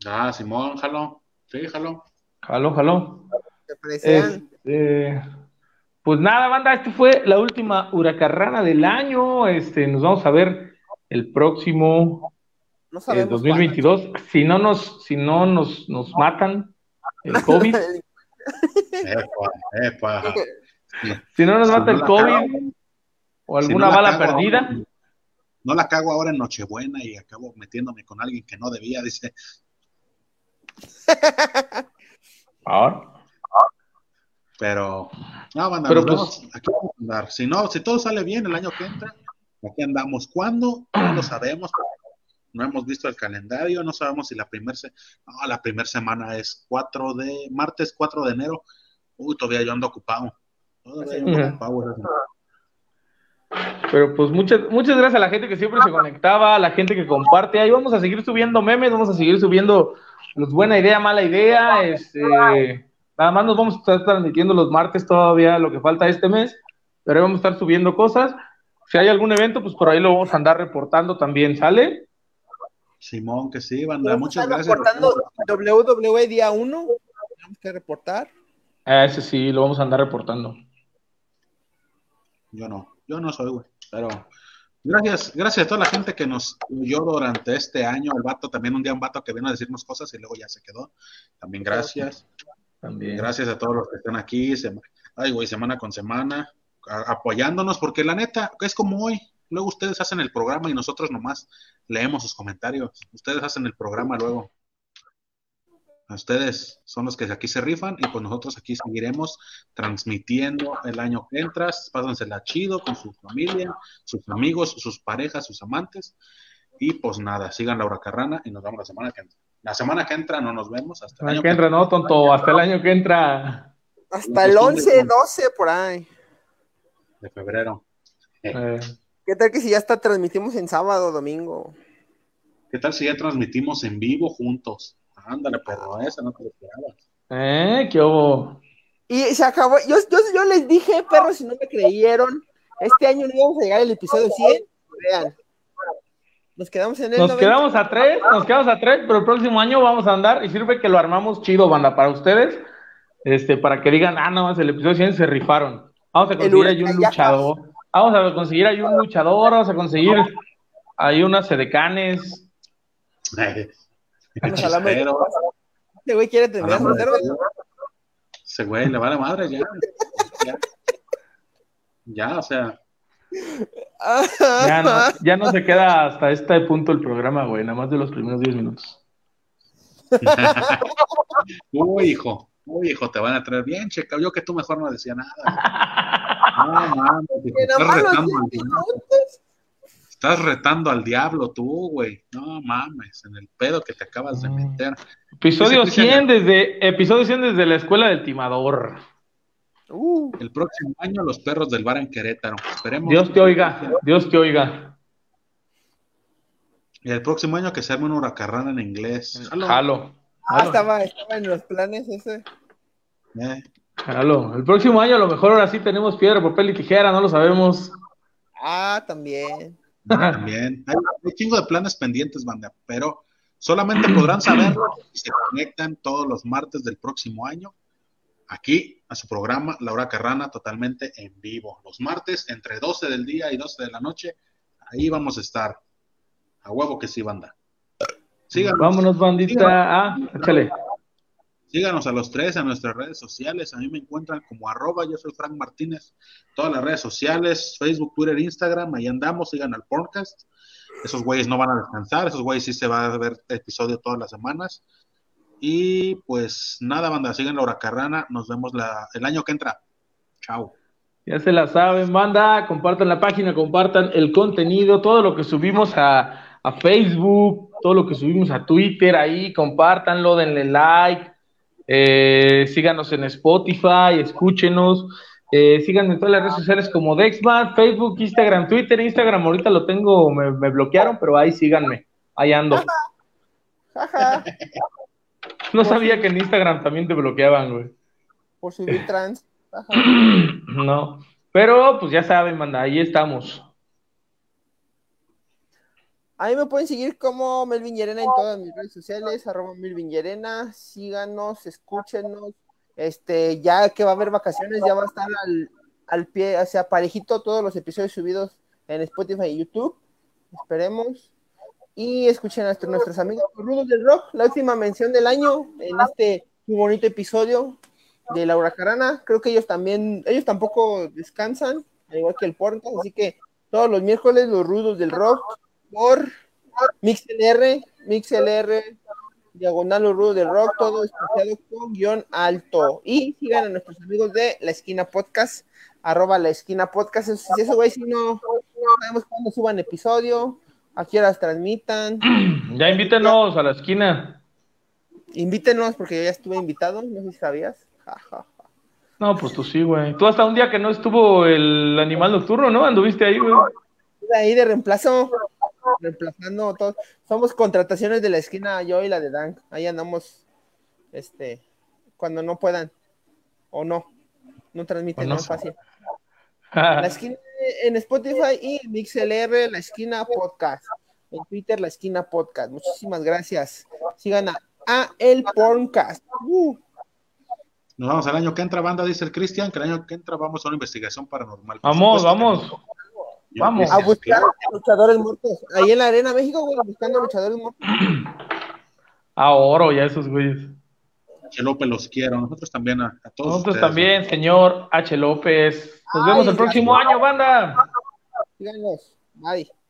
Ah, Simón, jalo. Sí, jalo.
Jaló, jaló.
Que parecían.
Este, pues nada, banda, esta fue la última huracarrana del año. Este, nos vamos a ver el próximo
no
eh,
sabemos.
2022. Si no nos, si no nos, nos matan el COVID,
cuándo.
Epa, epa.
si no nos mata el
Si no la
COVID
cago-
o
si
alguna
no la
bala
cago ahora-
perdida,
no la cago ahora en Nochebuena y acabo metiéndome con alguien que no debía, dice.
ahora.
Pero, no, banda,
Pero
nos
pues-
vemos. Aquí vamos a andar. Si no, si todo sale bien el año que entra, aquí andamos. ¿Cuándo? No lo sabemos. No hemos visto el calendario, no sabemos si la primera la primera semana es 4 de martes 4 de enero. Uy, todavía yo ando ocupado. Todavía yo ando
Ujú.
ocupado. güey.
Pero pues muchas, muchas gracias a la gente que siempre se conectaba, a la gente que comparte. Ahí vamos a seguir subiendo memes, vamos a seguir subiendo los buena idea, mala idea. Este, nada más nos vamos a estar transmitiendo los martes todavía, lo que falta este mes, pero ahí vamos a estar subiendo cosas. Si hay algún evento, pues por ahí lo vamos a andar reportando también, ¿sale?
Simón, que sí, banda.
Vamos a
Muchas
estar
gracias.
reportando WWE día 1. Tenemos que reportar.
Ah, Ese sí, lo vamos a andar reportando.
Yo no, yo no soy, güey. Pero gracias, gracias a toda la gente que nos oyó durante este año. El vato también, un día un vato que vino a decirnos cosas y luego ya se quedó. También gracias.
También.
Gracias a todos los que están aquí. sema- Ay, güey, semana con semana. a- apoyándonos, porque la neta, es como hoy. Luego ustedes hacen el programa y nosotros nomás leemos sus comentarios. Ustedes hacen el programa luego. A ustedes son los que aquí se rifan y pues nosotros aquí seguiremos transmitiendo el año que entras. Pásensela chido con su familia, sus amigos, sus parejas, sus amantes. Y pues nada, sigan Laura Carrana y nos vemos la semana que entra. La semana que entra no nos vemos. Hasta el
El año
año
que entra, no, tonto, hasta el año que entra.
Hasta el
Costumbre,
11,
¿no?
12, por ahí.
de febrero.
Eh,
¿Qué tal que si ya hasta transmitimos en sábado, domingo?
¿Qué tal si ya transmitimos en vivo juntos? Ándale, pues. perro, esa no te lo esperaba.
¿Eh? ¿Qué hubo?
Y se acabó. Yo, yo, yo les dije, perros, si no me creyeron, este año no íbamos a llegar al episodio 100. Vean. Nos quedamos en el
Nos
90.
quedamos a tres, nos quedamos a tres, pero el próximo año vamos a andar y sirve que lo armamos chido, banda, para ustedes, este, para que digan, ah, nada más el episodio 100 se rifaron. Vamos a conseguir ahí un
huracán Yacas.
luchador, vamos a conseguir ahí un luchador, vamos a conseguir ahí unas sedecanes.
Nos hablamos de-
Chispero,
Este güey quiere terminar
hablamos
soltero, güey.
de- Ese güey le vale madre ya. Ya, Ya, o sea,
Ah,
Ya no, ya no se queda hasta este punto el programa, güey, nada más de los primeros 10 minutos.
uy, hijo, uy, hijo, te van a traer bien, checa. Yo que tú mejor no decía nada. güey. No, mames, hijo,
Que
estás
nomás los
retando,
10
al-
minutos.
estás Estás retando al diablo tú, güey. No mames, en el pedo que te acabas de meter.
Episodio
Dice
100
Cristian,
desde, episodio 100 desde la escuela del timador.
Uh,
El próximo año los perros del bar en Querétaro. Esperemos.
Dios te oiga, Dios te oiga.
Y el próximo año que se arme una huracarrana en inglés. Jalo,
Jalo.
ah, estaba, estaba en los planes ese.
eh.
Jalo. El próximo año a lo mejor ahora sí tenemos piedra, papel y tijera, no lo sabemos.
Ah, también.
También. Hay un chingo de planes pendientes, banda, pero solamente podrán saberlo si se conectan todos los martes del próximo año aquí a su programa Laura Carrana totalmente en vivo. Los martes entre 12 del día y 12 de la noche, ahí vamos a estar. A huevo que sí, banda. Síganos,
Vámonos, bandita. Ah, échale.
síganos a los tres en nuestras redes sociales. A mí me encuentran como arroba, yo soy Frank Martínez. Todas las redes sociales, Facebook, Twitter, Instagram, ahí andamos, sigan al podcast esos güeyes no van a descansar, esos güeyes sí se va a ver episodio todas las semanas. Y pues nada, banda, siguen Laura Carrana, nos vemos la, el año que entra. Chao.
Ya se la saben, banda, compartan la página, compartan el contenido, todo lo que subimos a, a Facebook, todo lo que subimos a Twitter, ahí, compártanlo, denle like, eh, síganos en Spotify, escúchenos, eh, síganme en todas las redes sociales como Dexman, Facebook, Instagram, Twitter, Instagram, ahorita lo tengo, me, me bloquearon, pero ahí síganme, ahí ando.
Jaja,
No
Pues
sabía que en Instagram también te bloqueaban, güey.
por subir trans. Ajá.
No, pero pues ya saben, banda, ahí estamos.
A mí me pueden seguir como Melvin Llerena en todas mis redes sociales, arroba Melvin Llerena, síganos, escúchenos, este, ya que va a haber vacaciones, ya va a estar al, al pie, o sea, parejito todos los episodios subidos en Spotify y YouTube, esperemos, y escuchen a nuestro- nuestros amigos Rudos del Rock, la última mención del año en este muy bonito episodio de Laura Carana, creo que ellos también, ellos tampoco descansan, al igual que el podcast, así que todos los miércoles los Rudos del Rock por MixLR, MixLR, Diagonal Uru de Rock, todo especial con guión alto. Y sigan a nuestros amigos de La Esquina Podcast, arroba La Esquina Podcast. Eso- Si eso, güey, si no, no sabemos cuándo suban episodio, a qué horas transmitan.
Ya invítenos a la esquina.
Invítenos, porque yo ya estuve invitado, no sé si sabías. Ja, ja, ja.
No, pues tú sí, güey. Tú hasta un día que no estuvo el animal nocturno, ¿no? Anduviste ahí, güey.
Estuve ahí de reemplazo, reemplazando todos. Somos contrataciones de La Esquina, yo y la de Dan. Ahí andamos, este, cuando no puedan, o no. No transmiten,
O no.
no es fácil. La esquina en Spotify y en MixLR, la esquina podcast. En Twitter, la esquina podcast. Muchísimas gracias. Sigan a, a el Porncast. Uh,
Nos vamos al año que entra, banda, dice el Cristian, que el año que entra vamos a una investigación paranormal. Por
Vamos,
supuesto que
vamos.
Yo,
vamos.
Cristian,
a buscar
claro.
luchadores muertos. Ahí en la Arena México, güey, buscando luchadores muertos.
A oro ya esos güeyes.
Que López los quiero, nosotros también, a, a todos.
Nosotros
ustedes,
también, señor H. López. Nos vemos
Ay,
el próximo año, banda.
Síganlos. Bye.